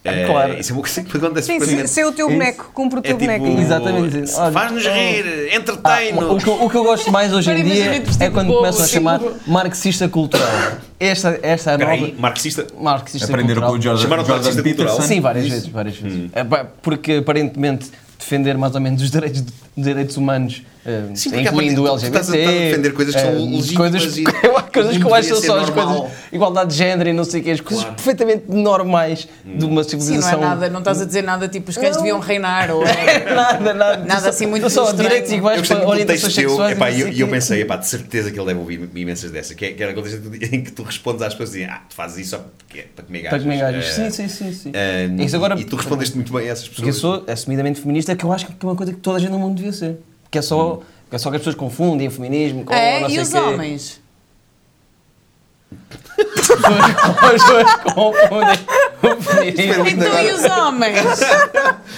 F: Ah,
B: Eh,
F: claro.
B: Isso é uma coisa que me acontece
E: Sim, se,
B: frequentemente.
E: se é o teu boneco, cumpre
B: É
E: o teu boneco.
B: tipo,
F: Exatamente isso. Olha,
B: faz-nos
F: oh.
B: rir,
F: Ah, o,
B: entretém-nos.
F: que, o que eu gosto mais hoje em
C: Para
F: dia
C: imaginar este
F: é quando
C: povo,
F: começam a
C: tipo-
F: chamar marxista cultural. Esta, esta é a
B: Espera aí,
F: nova.
B: marxista.
F: Marxista
D: Aprenderam com
F: cultural.
D: o Jordan,
B: Chamaram-te
D: Jordan
B: racista
D: Peterson.
B: cultural?
F: Sim, várias vezes, várias vezes.
B: Hum.
F: É pá, Porque aparentemente defender mais ou menos os direitos, direitos humanos, eh,
B: Sim, porque
F: incluindo o
B: aparentemente tu
F: LGBT,
B: estás tá a- estás a defender coisas que são
F: eh,
B: legítimas
F: coisas,
B: e-
F: coisas
B: e
F: *laughs* que eu acho que
B: devia ser
F: são só as
B: normal.
F: coisas, igualdade de género e não sei o quê, as coisas perfeitamente normais
B: Hum.
F: de uma
C: Sim, não
F: civilização. É
C: é
F: *laughs*
C: nada, não estás a dizer nada tipo os gajos deviam reinar ou.
F: nada, nada,
C: Nada
F: Só-
C: assim muito
F: Só
C: estranho.
F: direitos
B: Eu
F: iguais
B: gostei
F: para
B: muito do texto
F: orientações
B: teu,
F: sexuais.
B: epá,
F: e não
B: e eu,
F: sei
B: e eu
F: o quê.
B: pensei, epá, de certeza que ele deve ouvir imensas dessa, que, é- que era aquela coisa em que tu respondes às pessoas e ah, tu fazes isso só porque é para comer
F: Para
B: gajos.
F: comer gajos.
B: Eh,
F: Sim, sim, sim. sim.
B: eh,
F: Isso agora-
B: E tu respondeste muito bem a essas pessoas.
F: Porque eu sou assumidamente feminista, que eu acho que é uma coisa que toda a gente no mundo devia ser. Que é
B: Hum.
F: só que, é só que as pessoas confundem o feminismo com não
C: É,
F: sei
C: e
F: o
C: os
F: quê.
C: homens?
F: As pessoas- as pessoas confundem o feminismo.
C: Então e os homens?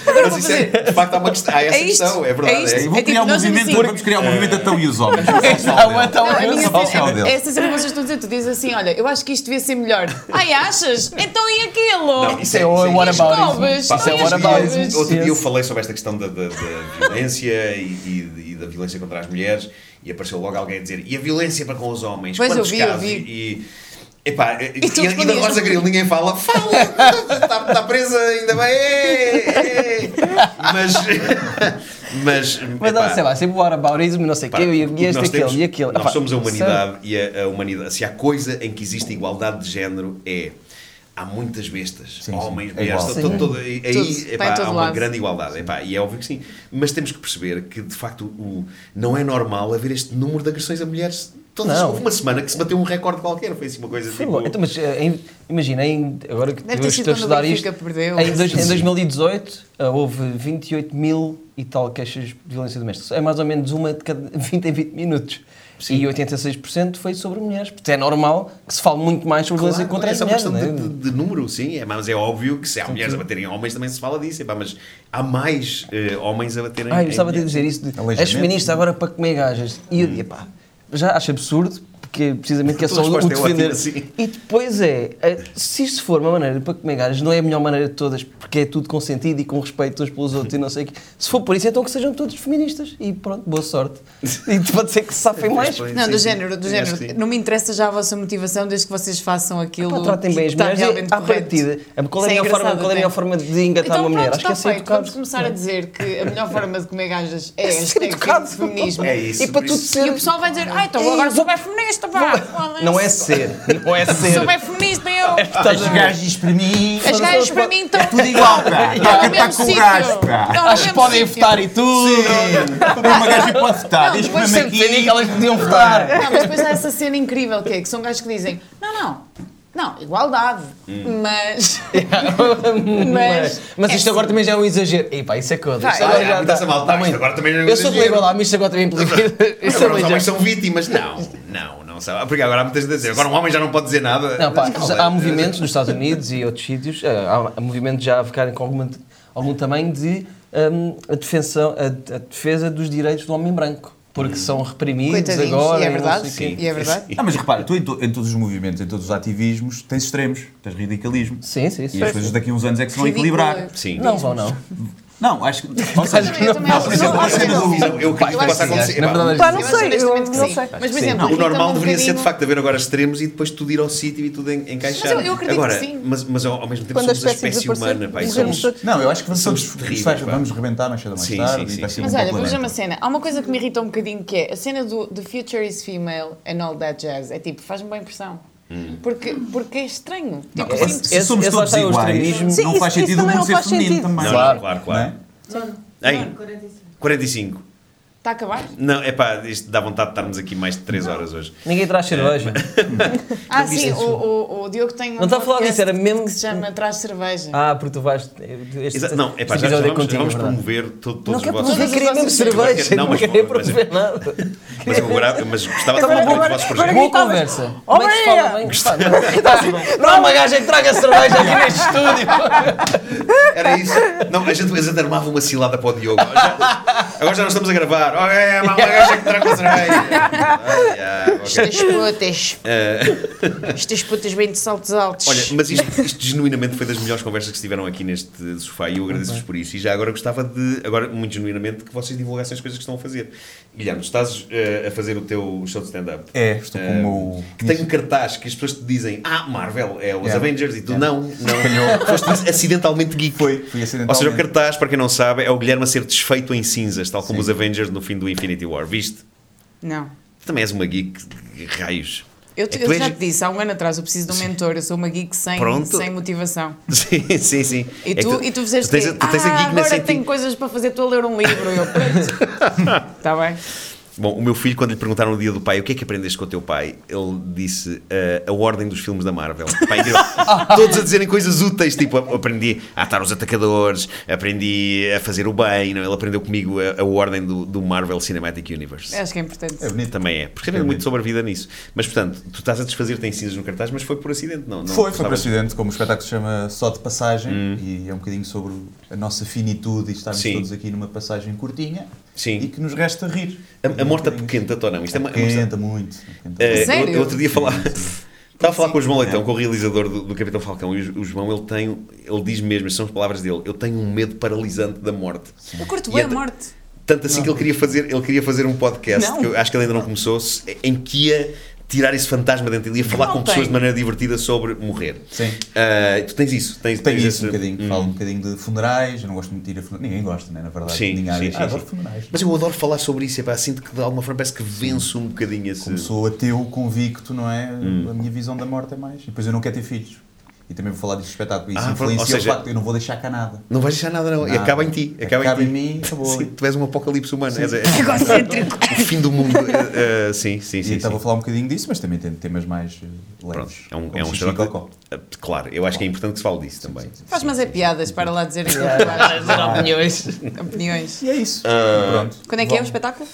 B: Mas isso é, de facto, há, uma questão, há essa
C: É isto?
B: questão, é verdade.
C: É isto?
B: é.
D: Vou
C: É tipo,
D: criar um
C: nós dizemos
D: movimento,
C: assim-
D: vamos criar um movimento até e
C: *laughs*
D: os homens.
F: Não, então,
C: Não, a minha
D: só
C: cena-
D: o dele.
C: é essa cena que vocês estão a dizer, tu dizes assim, olha, eu acho que isto devia ser melhor. Ai, achas? Então e aquilo?
B: Não,
F: Isso é o what
C: as
F: about
C: covas?
F: it. Isso é
C: Não,
F: o
C: e as
F: what about
C: covas?
F: it.
B: Outro dia eu
F: Yes.
B: falei sobre esta questão da, da- da violência e, e- e da violência contra as mulheres e apareceu logo alguém a dizer e a violência para com os homens?
C: Pois, eu
B: Quantos
C: vi, eu
B: casos?
C: vi.
B: E, e, epá, e,
C: tu
B: e- e da
C: respondias.
B: Rosa Grilo ninguém fala, fala, está, está presa, ainda bem, é, é. mas, *laughs* mas, epá,
F: Mas não, sei lá, sempre o arabaurismo e não sei o quê,
B: Pá,
F: e
B: o
F: e
B: que
F: este,
B: nós
F: aquele,
B: temos-
F: e aquele.
B: Nós
F: Epá,
B: somos a humanidade e a, a humanidade. Se há coisa em que existe igualdade de género é. Há muitas bestas,
H: Sim, sim.
B: homens,
H: É
B: mulheres,
H: igual.
B: todo- todo- todo- aí
C: Tudo, está tá em
B: epá,
C: todo
B: há uma
C: lado.
B: grande igualdade. epá, e é óbvio que sim. Mas temos que perceber que, de facto, o, não é normal haver este número de agressões a mulheres. Todas,
F: Não.
B: Houve uma semana que se bateu um recorde qualquer, foi assim uma coisa
F: Foi
B: tipo.
F: bom. Então, mas eh, em- imagina, em- agora que
C: Deve
F: eu
C: ter sido
F: estou a
C: quando o
F: estudar isto,
C: Benfica perdeu.
F: em, dois- em 2018 eh, houve 28 mil e tal queixas de violência doméstica. É mais ou menos uma de cada 20 em 20 minutos. E 86% foi sobre mulheres. Portanto, é normal que se fale muito mais sobre violência
B: Claro,
F: contra
B: é
F: as
B: só uma
F: mulheres.
B: questão
F: não é?
B: de, de- de número, sim, é, mas é óbvio que se há mulheres a baterem homens também se fala disso, epá, mas há mais eh, homens a baterem
F: Ah, eu
B: em
F: estava a
B: mulheres.
F: dizer isso. De, és
H: Aleijamento.
F: feminista
B: né?"
F: agora para comer gajas. E eu digo, pá, já acho absurdo, porque
B: *laughs*
F: precisamente que é
B: Tua
F: só o
B: resposta é ótima,
F: defender.
B: sim.
F: E depois é, é, se isso for uma maneira para comer gajas, não é a melhor maneira de todas, porque é tudo com sentido e com respeito uns pelos outros e não sei o quê. Se for por isso, então que sejam todos feministas. E pronto,
B: *laughs*
F: boa sorte. E pode ser que se safem mais.
B: Pois,
C: Não,
B: sim,
C: do
B: sim.
C: género, do
B: Sim, acho que sim.
C: género. Não me interessa já a vossa motivação desde que vocês façam aquilo.
F: Pá, tratem
C: que
F: Então, bem as
C: está
F: mulheres.
C: realmente
F: e, à
C: correto.
F: partida, qual
C: Isso
F: é a melhor forma,
C: engraçado
F: qual é a melhor
C: até.
F: forma de engatar
C: então,
F: uma mulher?
C: Pronto,
F: Acho que é
C: está
F: ser
C: feito. Vamos
F: educado.
C: começar a dizer que a melhor forma de comer
F: *laughs*
C: gajas é,
F: É
C: é
F: ser
C: hashtag
F: educado.
C: feminismo.
B: É isso.
F: E para
B: por
F: tudo
B: isso.
C: E o
F: ser.
C: pessoal vai dizer, ah, então vou agora
F: Ei,
C: sou bem feminista, pá. Foda-se.
F: É Não é ser.
C: *laughs*
F: Não é ser.
C: Sou bem feminista, eu.
F: Estás a-
D: gajos para mim.
C: As gajas para mim
F: é
C: estão.
D: Tudo igual, pá.
C: Estão
D: Toca
C: no
D: para
C: mesmo
D: com o
C: sítio.
D: gajo, pá.
C: Estão no
F: Acho que
C: mesmo
F: podem
C: sítio.
F: votar e tudo. é?
D: Também uma gaja pode votar.
C: Não,
D: Diz
C: depois
D: mesmo
F: Sempre
D: aqui.
F: que elas podiam votar.
C: Não, mas depois há essa cena incrível que é que são gajos que dizem: Não, não, Não, igualdade.
F: Hum.
C: Mas.
F: mas, mas isto
C: é
F: agora também já é um exagero. Epá, isso é coisa.
C: Vai,
F: Isto agora
C: olha,
F: já
B: mudança mal, tá, isto agora também é um
F: Eu sou
B: exagero.
F: pela igualdade, mas isto agora também *laughs* implica. Isso é
B: Agora
F: um
B: os homens
F: exagero.
B: são vítimas. Não, não, não sabe. Porque agora há muita gente a dizer. Agora um homem já não pode dizer nada. *laughs*
F: Não, pá,
B: Mas calma.
F: já há movimentos nos Estados Unidos e outros sítios, eh, há há movimentos já a ficarem com alguma- algum tamanho de hum, a, defensão, a, a defesa dos direitos do homem branco. Porque são reprimidos
C: Coitadinhos,
F: agora.
C: e é
F: não
C: verdade.
F: sei o quê.
C: E é verdade.
D: Ah, mas repara, tu em, to- em todos os movimentos, em todos os ativismos, tens extremos, tens radicalismo.
F: Sim, sim, sim.
D: E as coisas daqui a uns anos é que se vão
C: Ridículo.
D: equilibrar.
B: Sim.
F: Não vão, não.
D: Não, acho que. Ou seja,
C: também- É, eu também
D: não,
C: acho
D: por
C: que
D: exemplo,
C: não, assim.
D: a cena
C: acho que
D: do.
B: Eu, eu acredito que possa
F: acho que
B: acontecer.
F: na
B: Epá,
F: verdade-
E: Pá, não
C: Eu acho
E: sei, eu
C: honestamente que
E: não
C: sim.
E: sei.
C: Mas, por exemplo,
B: O normal
C: irrita-me um
B: deveria ser de
C: bocadinho-
B: facto haver agora extremos e depois tudo ir ao sítio e tudo en- encaixar.
C: Mas eu- eu acredito que
B: agora,
C: sim.
B: Mas, mas ao, ao mesmo tempo
E: Quando a
B: somos a
E: espécie
B: espécie
E: desaparecer,
B: humana, pá, e
E: morremos
B: somos-
E: todos.
H: Não, eu acho que vamos
B: Somos
H: todos.
B: terríveis,
H: vai-
B: pá.
H: vamos rebentar mais cedo ou mais
B: Sim,
H: tarde.
B: sim,
H: e
B: sim,
H: vai
B: sim.
H: ser
C: Mas
H: um
C: olha,
H: pouco
C: vamos ver
H: lento.
C: uma cena. Há uma coisa que me irrita um bocadinho que é a cena do The Future is Female and All That Jazz. É tipo, faz-me boa impressão.
B: Hum.
C: Porque, porque é estranho. Tipo, eu sinto-
B: é-
D: Se somos
F: esse lá
D: todos
F: está o
D: iguais,
F: extremismo.
E: Sim,
D: não
E: isso-
D: faz
E: isso
D: sentido o
E: também
D: mundo
E: não
D: ser
E: faz
D: feminino
E: sentido.
D: também.
B: Não,
F: Claro.
B: claro,
D: Não
B: claro.
D: é?
B: Ei, 45.
C: Está a acabar?
B: Não, é pá, isto dá vontade de estarmos aqui mais de 3 horas hoje.
F: Ninguém traz cerveja.
C: Ah, sim, o, o, o Diogo tem um
F: Não está a falar
C: podcast
F: disso, era mesmo-
C: que se chama Traz Cerveja.
F: Ah, porque tu vais. Este,
B: Exa- não, é pá, já,
F: este
B: já
F: episódio é
B: vamos,
F: contigo,
B: vamos
F: é verdade.
B: promover to- todos
F: Não
B: os
F: quer
B: vossos.
F: promover, queria mesmo cerveja. Não,
B: Não, mas-
F: queria
B: mas-
F: promover nada.
B: Mas, eu agora, mas gostava de falar
E: Agora-
B: muito dos
E: agora-
B: vossos
E: agora-
B: projetos.
F: Boa
E: gritavas,
F: conversa.
E: "Oh,
F: Como é que se fala
E: Maria!"
F: bem? Gostava. Não há uma gaja que traga cerveja aqui neste estúdio.
B: Era isso. Não, a gente, a gente armava uma cilada para o Diogo. Já- agora já não estamos a gravar. Oh, é, há uma gaja que traga uma cerveja. Ah, yeah, ok.
C: Estas
B: *laughs*
C: putas. Estas putas bem de saltos altos.
B: É. Olha, mas isto, isto genuinamente foi das melhores conversas que se tiveram aqui neste sofá e eu agradeço-vos por isso. E já agora gostava de, agora muito genuinamente, que vocês divulgassem as coisas que estão a fazer. Guilherme, tu estás eh, a fazer o teu show de stand-up.
D: É, estou
B: Eh,
D: como.
B: Que tem um cartaz que as pessoas te dizem Ah, Marvel é os
D: Yeah.
B: Avengers e tu não, não. Foste acidentalmente geek.
D: Foi, fui
B: Ou seja, o
D: acidentalmente.
B: cartaz, para quem não sabe, é o Guilherme a ser desfeito em cinzas, tal como os Avengers no fim do Infinity War. Viste?
C: Não.
B: Tu também és uma geek, raios.
C: Eu,
B: É
C: te-
B: que
C: eu
B: tu
C: já
B: és-
C: te disse, há um ano atrás eu preciso de um mentor, eu sou uma geek sem,
B: Pronto.
C: sem motivação.
B: *laughs* Sim, sim, sim.
C: E
B: É que
C: tu, e tu fizeste
B: tens,
C: quê?
B: a- tu tens a
C: ah,
B: geek nesse
C: agora
B: sentido.
C: tenho coisas para fazer, estou a ler um livro. Eu, pronto. Está bem?
B: Bom, o meu filho, quando lhe perguntaram no dia do pai o que é que aprendeste com o teu pai, ele disse "Ah, a ordem dos filmes da Marvel. Pá,
C: *laughs*
B: incrível. Todos a dizerem coisas úteis, tipo, "A- aprendi a atar os atacadores, aprendi a fazer o bem. Não? é?" Ele aprendeu comigo a, a ordem do, do Marvel Cinematic Universe.
C: Acho que é importante.
D: É bonito.
B: Também é, porque sabemos muito sobre a vida nisso. Mas portanto, tu estás a desfazer-te em cinzas no cartaz, mas foi por acidente, não? não
D: Foi,
H: Foi um por
B: gostavas-
H: acidente, como o espetáculo se chama Só de Passagem, e é um bocadinho sobre a nossa finitude e estarmos
B: Sim.
H: todos aqui numa passagem curtinha
B: Sim.
H: e que nos resta rir.
B: A, a morta pequena, ou não? Isto é uma, é uma-
H: Quenta muito. Quenta.
B: Eh, eu-
C: Sério?
B: eu outro dia falava. Estava a falar com o João Leitão, com o realizador do, do Capitão Falcão, e o, o João ele tem, ele diz mesmo, estas são as palavras dele, eu tenho um medo paralisante da morte.
C: Eu curto
B: E
C: bem a
B: até-
C: morte.
B: Tanto assim que ele queria fazer, ele queria fazer um podcast,
C: Não.
B: que eu acho que ele ainda não começou, se- em que ia tirar esse fantasma dentro dele, ia falar
C: não
B: com pessoas
C: tem.
B: de maneira divertida sobre morrer.
H: Sim.
B: Ah, tu tens isso, tens,
H: Tenho
B: tens
H: isso um
B: esse-
H: bocadinho, falo um bocadinho de funerais, eu não gosto muito de ir a funerais. Ninguém gosta, né? na verdade.
B: Sim,
H: Ninguém
B: sim,
H: diz,
B: sim,
H: ah, adoro
B: sim.
H: funerais.
B: Mas eu adoro falar sobre isso, é pá, sinto que de alguma forma parece que venço um bocadinho esse...
H: Como sou ateu convicto, não é?
B: Hum.
H: A minha visão da morte é mais. E depois eu não quero ter filhos. E também vou falar disso no espetáculo. E isso
B: Ah, pronto, ou
H: influencia
B: seja-
H: o facto de eu não vou deixar cá nada.
B: Não vais deixar nada, não. E
H: Nada.
B: acaba em ti. Acaba,
H: Acaba
B: em, ti.
H: em mim, acabou.
B: Sim, tu és um apocalipse humano. És, és- o fim do mundo. Eh, eh, sim, sim,
H: e
B: sim.
H: estava a
B: sim.
H: falar um bocadinho disso, mas também tem temas mais eh,
B: Pronto,
H: leves.
B: é um,
H: como
B: é um
H: xixi e cocó.
B: espetáculo- Eh, Claro, eu acho que é importante que se fale disso também.
C: Faz mas é piadas para lá dizer aquilo que
F: Para dar opiniões.
C: tu achas. opiniões.
H: E é isso.
B: Ah,
H: Pronto.
C: Quando é que é o espetáculo?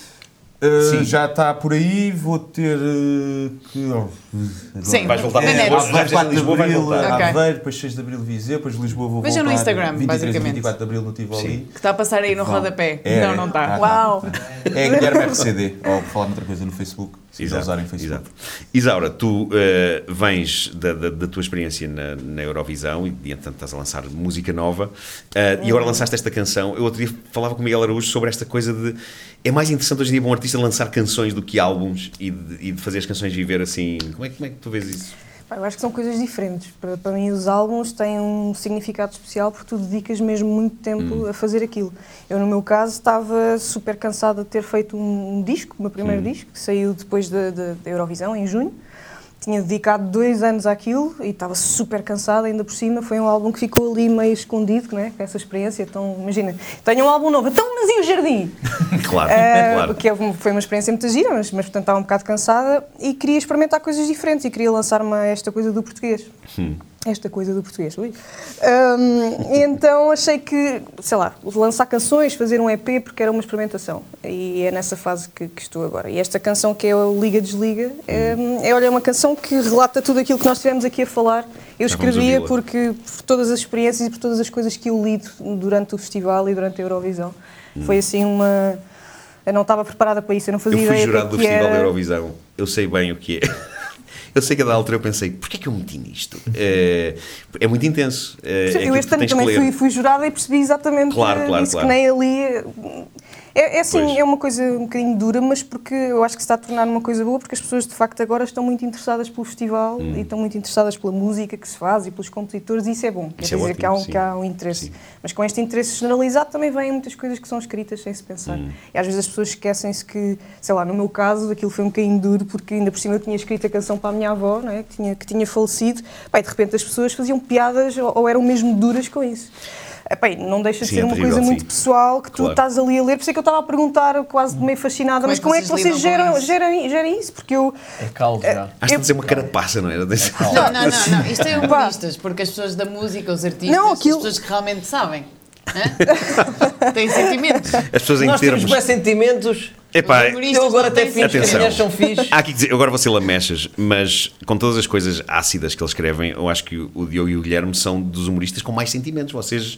H: Uh,
B: Sim.
H: Já está por aí, vou ter uh, que. oh,
C: Sim.
B: Vais voltar
C: Na
B: para
C: net.
B: Lisboa. vais
H: Vai
B: voltar a
H: de
B: Lisboa, vai
H: Abril,
B: voltar.
H: a
C: Ok.
H: Aveiro, depois 6 de Abril Viseu, depois Lisboa vou
C: Vejam no
H: voltar,
C: Instagram,
H: 23 e
C: basicamente.
H: 24 de Abril no Tivoli.
B: Sim.
C: Que está a passar aí no
H: Vão.
C: rodapé.
H: É,
C: não, não
H: tá,
C: está.
D: Ah,
H: tá,
C: Uau!
H: tá. É Guilherme RCD, ou por falar noutra coisa no Facebook, se quiser usar em Facebook.
B: exato. Isaura, tu eh, vens da, da- da tua experiência na, na Eurovisão e, e, entretanto, estás a lançar música nova eh, e
E: Uhum.
B: agora lançaste esta canção. Eu outro dia falava com o Miguel Araújo sobre esta coisa de. É mais interessante hoje em dia para um artista lançar canções do que álbuns e de, e de fazer as canções viver assim. Como é, que- como é que tu vês isso?
E: Pá, eu acho que são coisas diferentes. Para, para mim, os álbuns têm um significado especial porque tu dedicas mesmo muito tempo a fazer aquilo. Eu, no meu caso, estava super cansada de ter feito um, um disco, o meu primeiro disco, que saiu depois da da- da Eurovisão, em junho. Tinha dedicado dois anos àquilo e estava super cansada, ainda por cima. Foi um álbum que ficou ali meio escondido, não é? com essa experiência. Então, imagina, tenho um álbum novo, então, mas e o jardim?
B: Claro,
E: Ah,
B: *laughs* claro.
E: Que é um- foi uma experiência muito gira, mas, mas portanto estava um bocado cansada e queria experimentar coisas diferentes e queria lançar-me a esta coisa do português.
B: Hum.
E: Esta coisa do português, ui. Ahm, e então achei que, sei lá, lançar canções, fazer um EP, porque era uma experimentação. E é nessa fase que, que estou agora. E esta canção que é o Liga Desliga,
B: Hum.
E: ahm, é, olha, é uma canção que relata tudo aquilo que nós estivemos aqui a falar. Eu
B: Já vamos
E: escrevia
B: ouvi-la.
E: porque por todas as experiências e por todas as coisas que eu lido durante o festival e durante a Eurovisão.
B: Hum.
E: Foi assim uma. Eu não estava preparada para isso, eu não fazia
B: Eu fui
E: ideia do
B: jurado do
E: que é
B: Festival
E: era.
B: da Eurovisão. É Eu sei bem o que é. *laughs* Eu sei que a da altura eu pensei, porquê é que eu meti nisto? É, é muito intenso. É, é
E: eu
B: aquilo que
E: este
B: tu
E: ano
B: tens que
E: também
B: ler.
E: fui, fui jurada e percebi exatamente
B: Claro,
E: eh,
B: claro,
E: isso
B: claro.
E: que nem ali. eh, É, é assim,
B: Pois.
E: é uma coisa um bocadinho dura, mas porque eu acho que se está a tornar uma coisa boa, porque as pessoas de facto agora estão muito interessadas pelo festival
B: Hum.
E: e estão muito interessadas pela música que se faz e pelos compositores, e isso é bom. Quer
B: Isso
E: dizer
B: é
E: que, há
B: ótimo,
E: um,
B: sim.
E: que há um interesse.
B: Sim.
E: Mas com este interesse generalizado também vêm muitas coisas que são escritas sem se pensar.
B: Hum.
E: E às vezes as pessoas esquecem-se que, sei lá, no meu caso, aquilo foi um bocadinho duro porque ainda por cima eu tinha escrito a canção para a minha avó, não é? que, tinha, que tinha falecido. Pá, e de repente as pessoas faziam piadas ou, ou eram mesmo duras com isso. Eh, pá, e não deixa de
B: Sim,
E: ser
B: é
E: uma
B: terrível,
E: coisa muito
B: sim.
E: pessoal que tu
B: Claro.
E: estás ali a ler. Por isso é que eu estava a perguntar, quase meio fascinada,
C: Como é
E: mas
C: que
E: como é que
C: vocês
E: vocês
C: lidam com
E: geram,
C: isso?
E: gerem, gerem isso? Porque eu.
F: É caldo já.
B: Acho que de dizer uma carapaça, não é? era?
C: Não, não, não, não. Isto é humoristas, porque as pessoas da música, os artistas,
E: Não, aquilo-
C: as pessoas que realmente sabem. Hã? Têm sentimentos.
B: As pessoas em
F: Nós temos
B: termos.
F: bem sentimentos.
B: Epá,
C: Os humoristas
F: Eu agora
C: não têm
F: até fiz, as
B: Atenção.
F: mulheres são fixe.
B: Há aqui que dizer, eu agora vou ser lamechas, mas com todas as coisas ácidas que eles escrevem, eu acho que o Diogo e o Guilherme são dos humoristas com mais sentimentos. Vocês.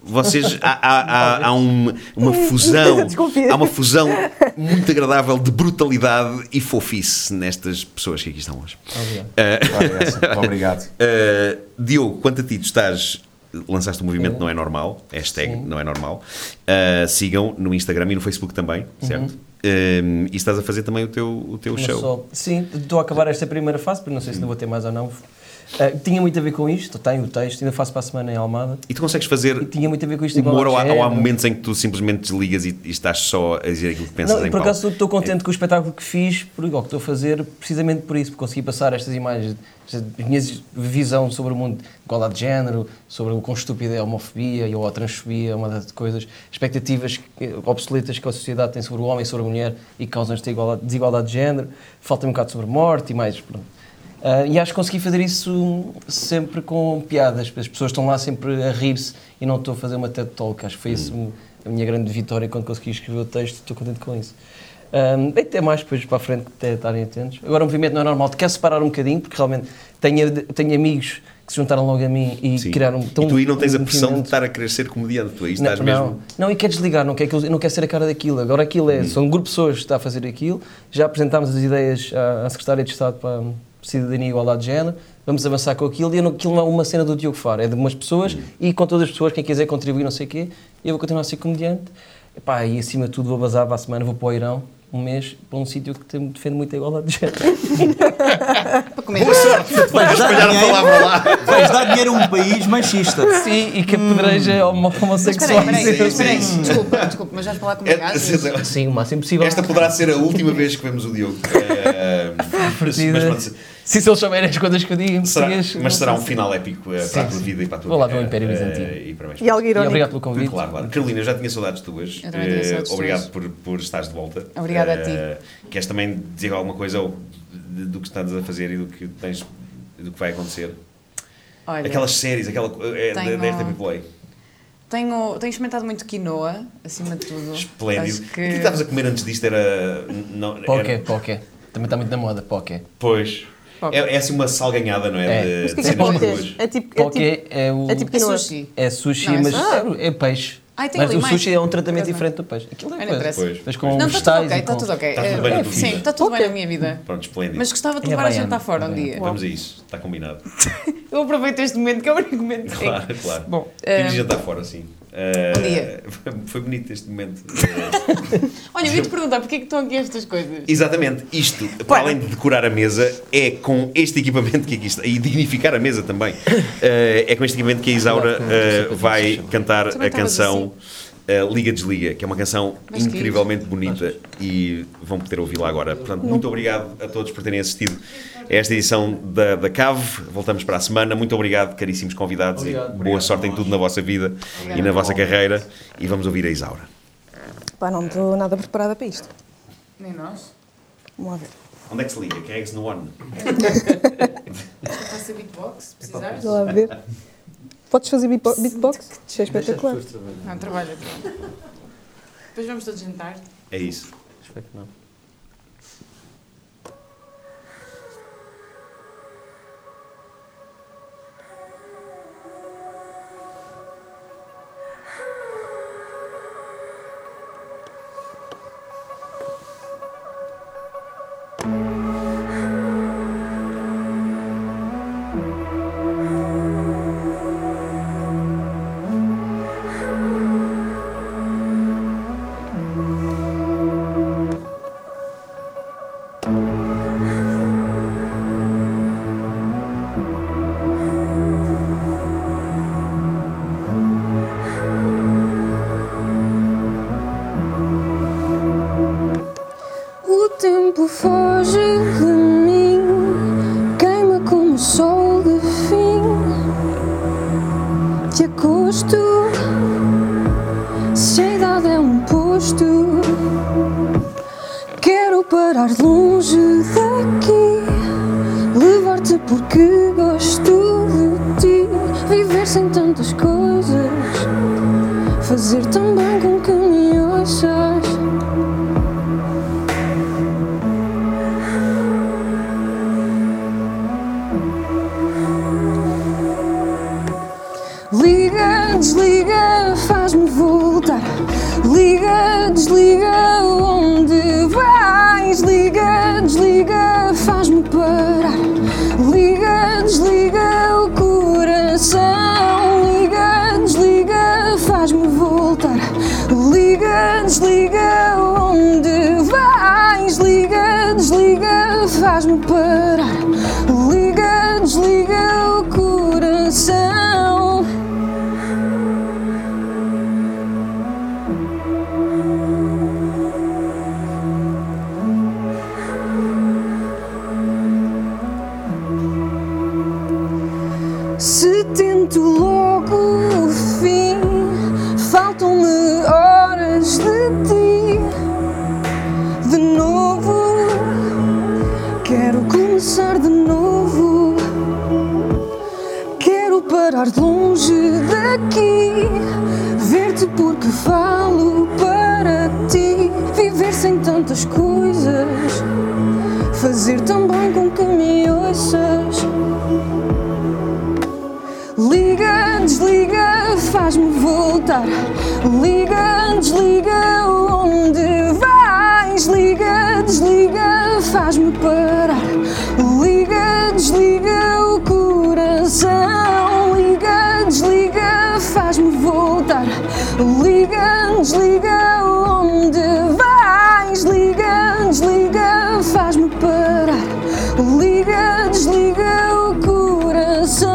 B: Vocês. Há, há- há- há um- uma fusão.
E: Desconfio.
B: Há uma fusão muito agradável de brutalidade e fofice nestas pessoas que aqui estão hoje.
H: Obrigado. é assim. Obrigado.
B: Uh, Diogo, quanto a ti, tu estás. Lançaste um movimento Não É Normal, hashtag Não É Normal. Uh, sigam no Instagram e no Facebook também,
F: Uhum.
B: certo? Um, e estás a fazer também o teu, o teu
F: Não
B: show.
F: só- sim, estou a acabar esta primeira fase, porque não sei se ainda vou ter mais ou não. Ah, tinha muito a ver com isto, tem o texto, ainda faço para a semana em Almada.
B: E tu consegues fazer
F: E tinha muito a é? ver com isto. igual
B: humor
F: ao
B: ou há, ou há
F: género.
B: momentos em que tu simplesmente desligas e, e estás só a dizer aquilo que pensas
F: Não,
B: em
F: por
B: palco?
F: acaso estou contente com o espetáculo que fiz, por igual que estou a fazer, precisamente por isso, porque consegui passar estas imagens, esta minha visão sobre o mundo de igualdade de género, sobre o quão estúpida é a homofobia e ou a transfobia, é uma data de coisas, expectativas que- obsoletas que a sociedade tem sobre o homem e sobre a mulher e que causam esta igualdade- desigualdade de género, falta-me um bocado sobre morte e mais, pronto. Ah, e acho que consegui fazer isso sempre com piadas. As pessoas estão lá sempre a rir-se e não estou a fazer uma TED Talk. Acho que foi isso
B: Hum.
F: a minha grande vitória quando consegui escrever o texto. Estou contente com isso. Ahm, e até mais depois para a frente, até estarem atentos. Agora o movimento não é normal. Quero separar um bocadinho, porque realmente tenho, tenho amigos que se juntaram logo a mim e
B: Sim.
F: criaram
B: E tu aí não tens a
F: um
B: pressão de
F: movimento.
B: estar a querer ser comediante, tu aí
F: Não,
B: estás
F: não.
B: mesmo. Hum.
F: Não, e quer desligar, não quer, que eu, não quer ser a cara daquilo. Agora aquilo é, são um grupo de pessoas que está a fazer aquilo. Já apresentámos as ideias à, à Secretária de Estado para a Cidadania e Igualdade de Género. Vamos avançar com aquilo. E eu não- aquilo não é uma cena do Diogo Faro, é de umas pessoas
B: Hum.
F: e com todas as pessoas, quem quiser contribuir, não sei o quê. Eu vou continuar a ser comediante. Epá, e acima de tudo vou bazar para a semana, vou para o Irão, um mês, para um sítio que tem- defende muito a igualdade de
B: *laughs*
F: género.
C: Para comer.
F: *laughs*
C: Boa
H: Vais dar,
B: Olhar a
H: dinheiro,
B: palavra lá.
H: vais dar dinheiro a um país machista.
F: Sim, e que apedreja
B: Hum.
F: homo- homossexuais.
C: Espera aí, espera aí,
B: sim,
C: espera aí.
B: sim.
C: Desculpa, desculpa, mas vais falar com o gajo?
B: É-
F: Sim, o máximo possível.
B: Esta poderá ser a última vez que vemos o
F: *laughs*
B: Diogo. Eh, mas pronto, se-
F: se eles souberem as coisas que eu digo em
B: será-
F: português,
B: mas será
F: não
B: um
F: sei se- é.
B: final épico eh, para a tua vida e para a tua
F: Vou lá ver o
B: carreira,
F: Império
B: eh,
F: Bizantino.
B: e para mais
E: E algo
F: E
E: irónico.
F: obrigado pelo convite.
B: Claro, claro. Carolina, eu já tinha saudades tuas.
C: Eu também tinha
B: Eh,
C: saudades
B: Obrigado
C: tuas.
B: por, por estares de volta.
C: Obrigada a ti.
B: Eh, Queres também dizer alguma coisa ou de- do que estás a fazer e do que tens do que vai acontecer?
C: Olha,
B: Aquelas séries, aquela co- eh, da- da
C: Tenho- um
B: RTP Play.
C: tenho, tenho experimentado muito quinoa, acima de tudo.
B: Esplêndido.
C: Acho
B: O que é que estavas a comer antes disto era. Não, era-
F: Poké, Poké. Também está muito na moda, Poké.
B: Pois.
C: Poké.
B: É, é assim uma salganhada, não
F: É.
B: é?
E: Mas o que é que é
B: cenas
E: poké?
B: cruas.
E: É tipo. É tipo
F: Poké é o.
E: é tipo
C: É
E: quinoa.
C: sushi.
F: é sushi,
C: Não, é
F: mas
C: sushi.
F: é, é peixe.
C: Ai, tem
F: mas
C: ali
F: o
C: mais.
F: sushi é um tratamento
C: Pois não.
F: diferente do peixe. Aquilo
C: Ai,
F: é
C: não
F: coisa.
B: interessa.
F: Mas com
C: Não, está tudo
F: vegetais
C: ok,
F: e com-
C: está tudo ok. É,
B: Está Tá tudo bem na tua
C: Sim,
B: vida.
C: está tudo bem na minha vida.
B: Pronto, esplêndido.
C: Mas gostava de
F: É
C: levar a
F: baiano,
C: jantar fora um
F: é baiano.
C: dia.
B: Vamos a isso, está combinado.
C: Eu aproveito este momento, que é o único momento que
B: Claro,
C: tenho.
B: claro.
C: Bom,
B: Temos de
C: eh,
B: jantar fora, sim. Eh, *laughs*
C: Bom dia.
B: foi- Foi bonito este momento. eh,
C: olha, eu ia-te perguntar, porquê é que estão aqui estas coisas?
B: Exatamente, isto, para além de decorar a mesa, é com este equipamento que aqui está, e dignificar a mesa também, eh, é com este equipamento que a Isaura eh, vai cantar
C: Também
B: a
C: estavas assim.
B: canção uh, Liga Desliga, que é uma canção
C: Mas que
B: incrivelmente bonita e vão poder ouvi-la agora. Portanto, muito obrigado a todos por terem assistido a esta edição da, da Cave. Voltamos para a semana. Muito obrigado, caríssimos convidados, e boa sorte em tudo na vossa vida e na vossa carreira. E vamos ouvir a Isaura.
E: tipo, Pá, não estou nada preparada para isto.
C: Nem nós.
E: Vamos lá ver.
B: Onde é que se liga? Quem é que se no ano?
C: Faça
B: É
C: beatbox, se precisares.
E: Vou lá ver. Podes fazer beatbo- beatbox? Isso é espetacular.
C: Não, trabalha. trabalha. Depois vamos todos jantar.
B: É isso.
F: Espero que não.
I: O tempo foge de mim, queima como sol de fim de agosto. Se a idade é um posto, quero parar longe daqui, levar-te porque gosto de ti, viver sem tantas coisas, fazer também com que me ouças. Liga, desliga, faz-me voltar. Liga, desliga, onde vais? Liga, desliga, faz-me parar. Liga, desliga o coração. Liga, desliga, faz-me voltar. Liga, desliga, onde vais? Liga, desliga, faz-me parar. Liga, desliga o coração. Se tento logo o fim, faltam-me horas de ti. De novo, quero começar de novo. Quero parar longe daqui, ver-te porque falo para ti, viver sem tantas coisas, fazer também com que me ouças. Liga, desliga, faz-me voltar. Liga, desliga, onde vais? Liga, desliga, faz-me parar. Liga, desliga o coração. Liga, desliga, faz-me voltar. Liga, desliga, onde vais? Liga, desliga, faz-me parar. Liga, desliga o coração.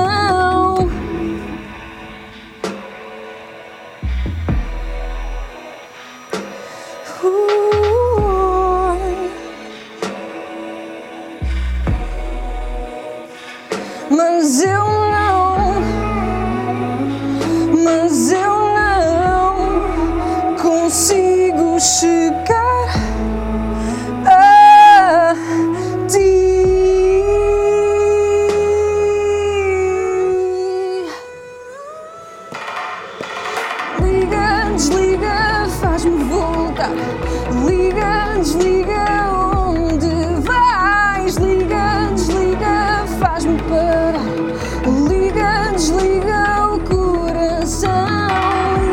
I: Ui. Mas eu não, mas eu não consigo chegar Ah. a ti. Liga, desliga, faz-me voltar. Liga, desliga, onde vais? Liga, desliga, faz-me parar. Liga, desliga o coração.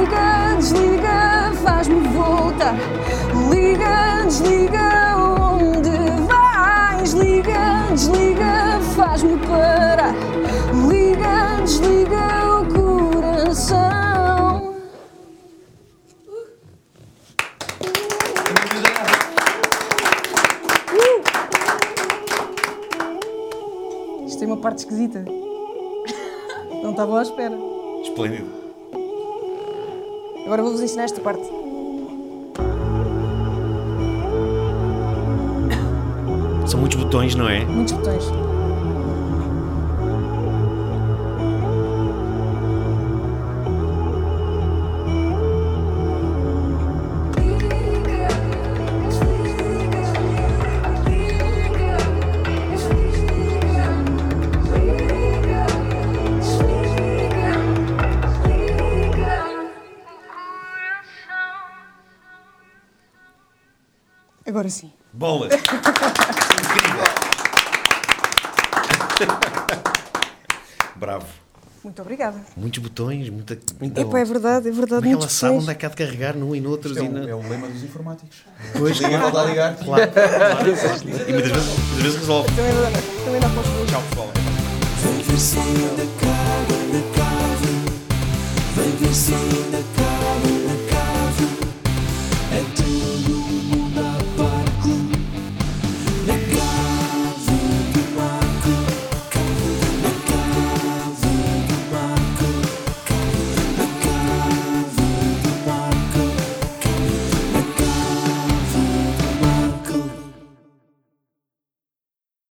I: Liga, desliga, faz-me voltar. Liga, desliga, onde vais? Liga, desliga, faz-me parar. Liga, desliga o coração. Uh!
E: Isto tem uma parte esquisita. Não estava à espera.
B: Esplêndido.
I: Agora vou-vos ensinar esta parte.
B: São muitos botões, não é?
I: Muitos botões. Agora sim.
B: Bolas! *laughs* Incrível! Bravo.
I: Muito obrigada.
B: Muitos botões, muita. muita
I: Epá, é verdade, é
B: Tá Como é
I: verdade.
B: que ela
I: muitos
B: sabe
I: botões.
B: onde é que há de carregar num e noutros
D: É
B: e
D: o,
B: na...
D: é o lema dos informáticos.
B: Pois,
D: Liga,
B: claro,
D: volta a ligar.
B: claro, claro. E muitas vezes, muitas vezes resolve.
I: Também, dá- também dá para os botões.
B: Tchau, pessoal.
J: Vem ver se ainda cabe, ainda cabe. Vem ver se ainda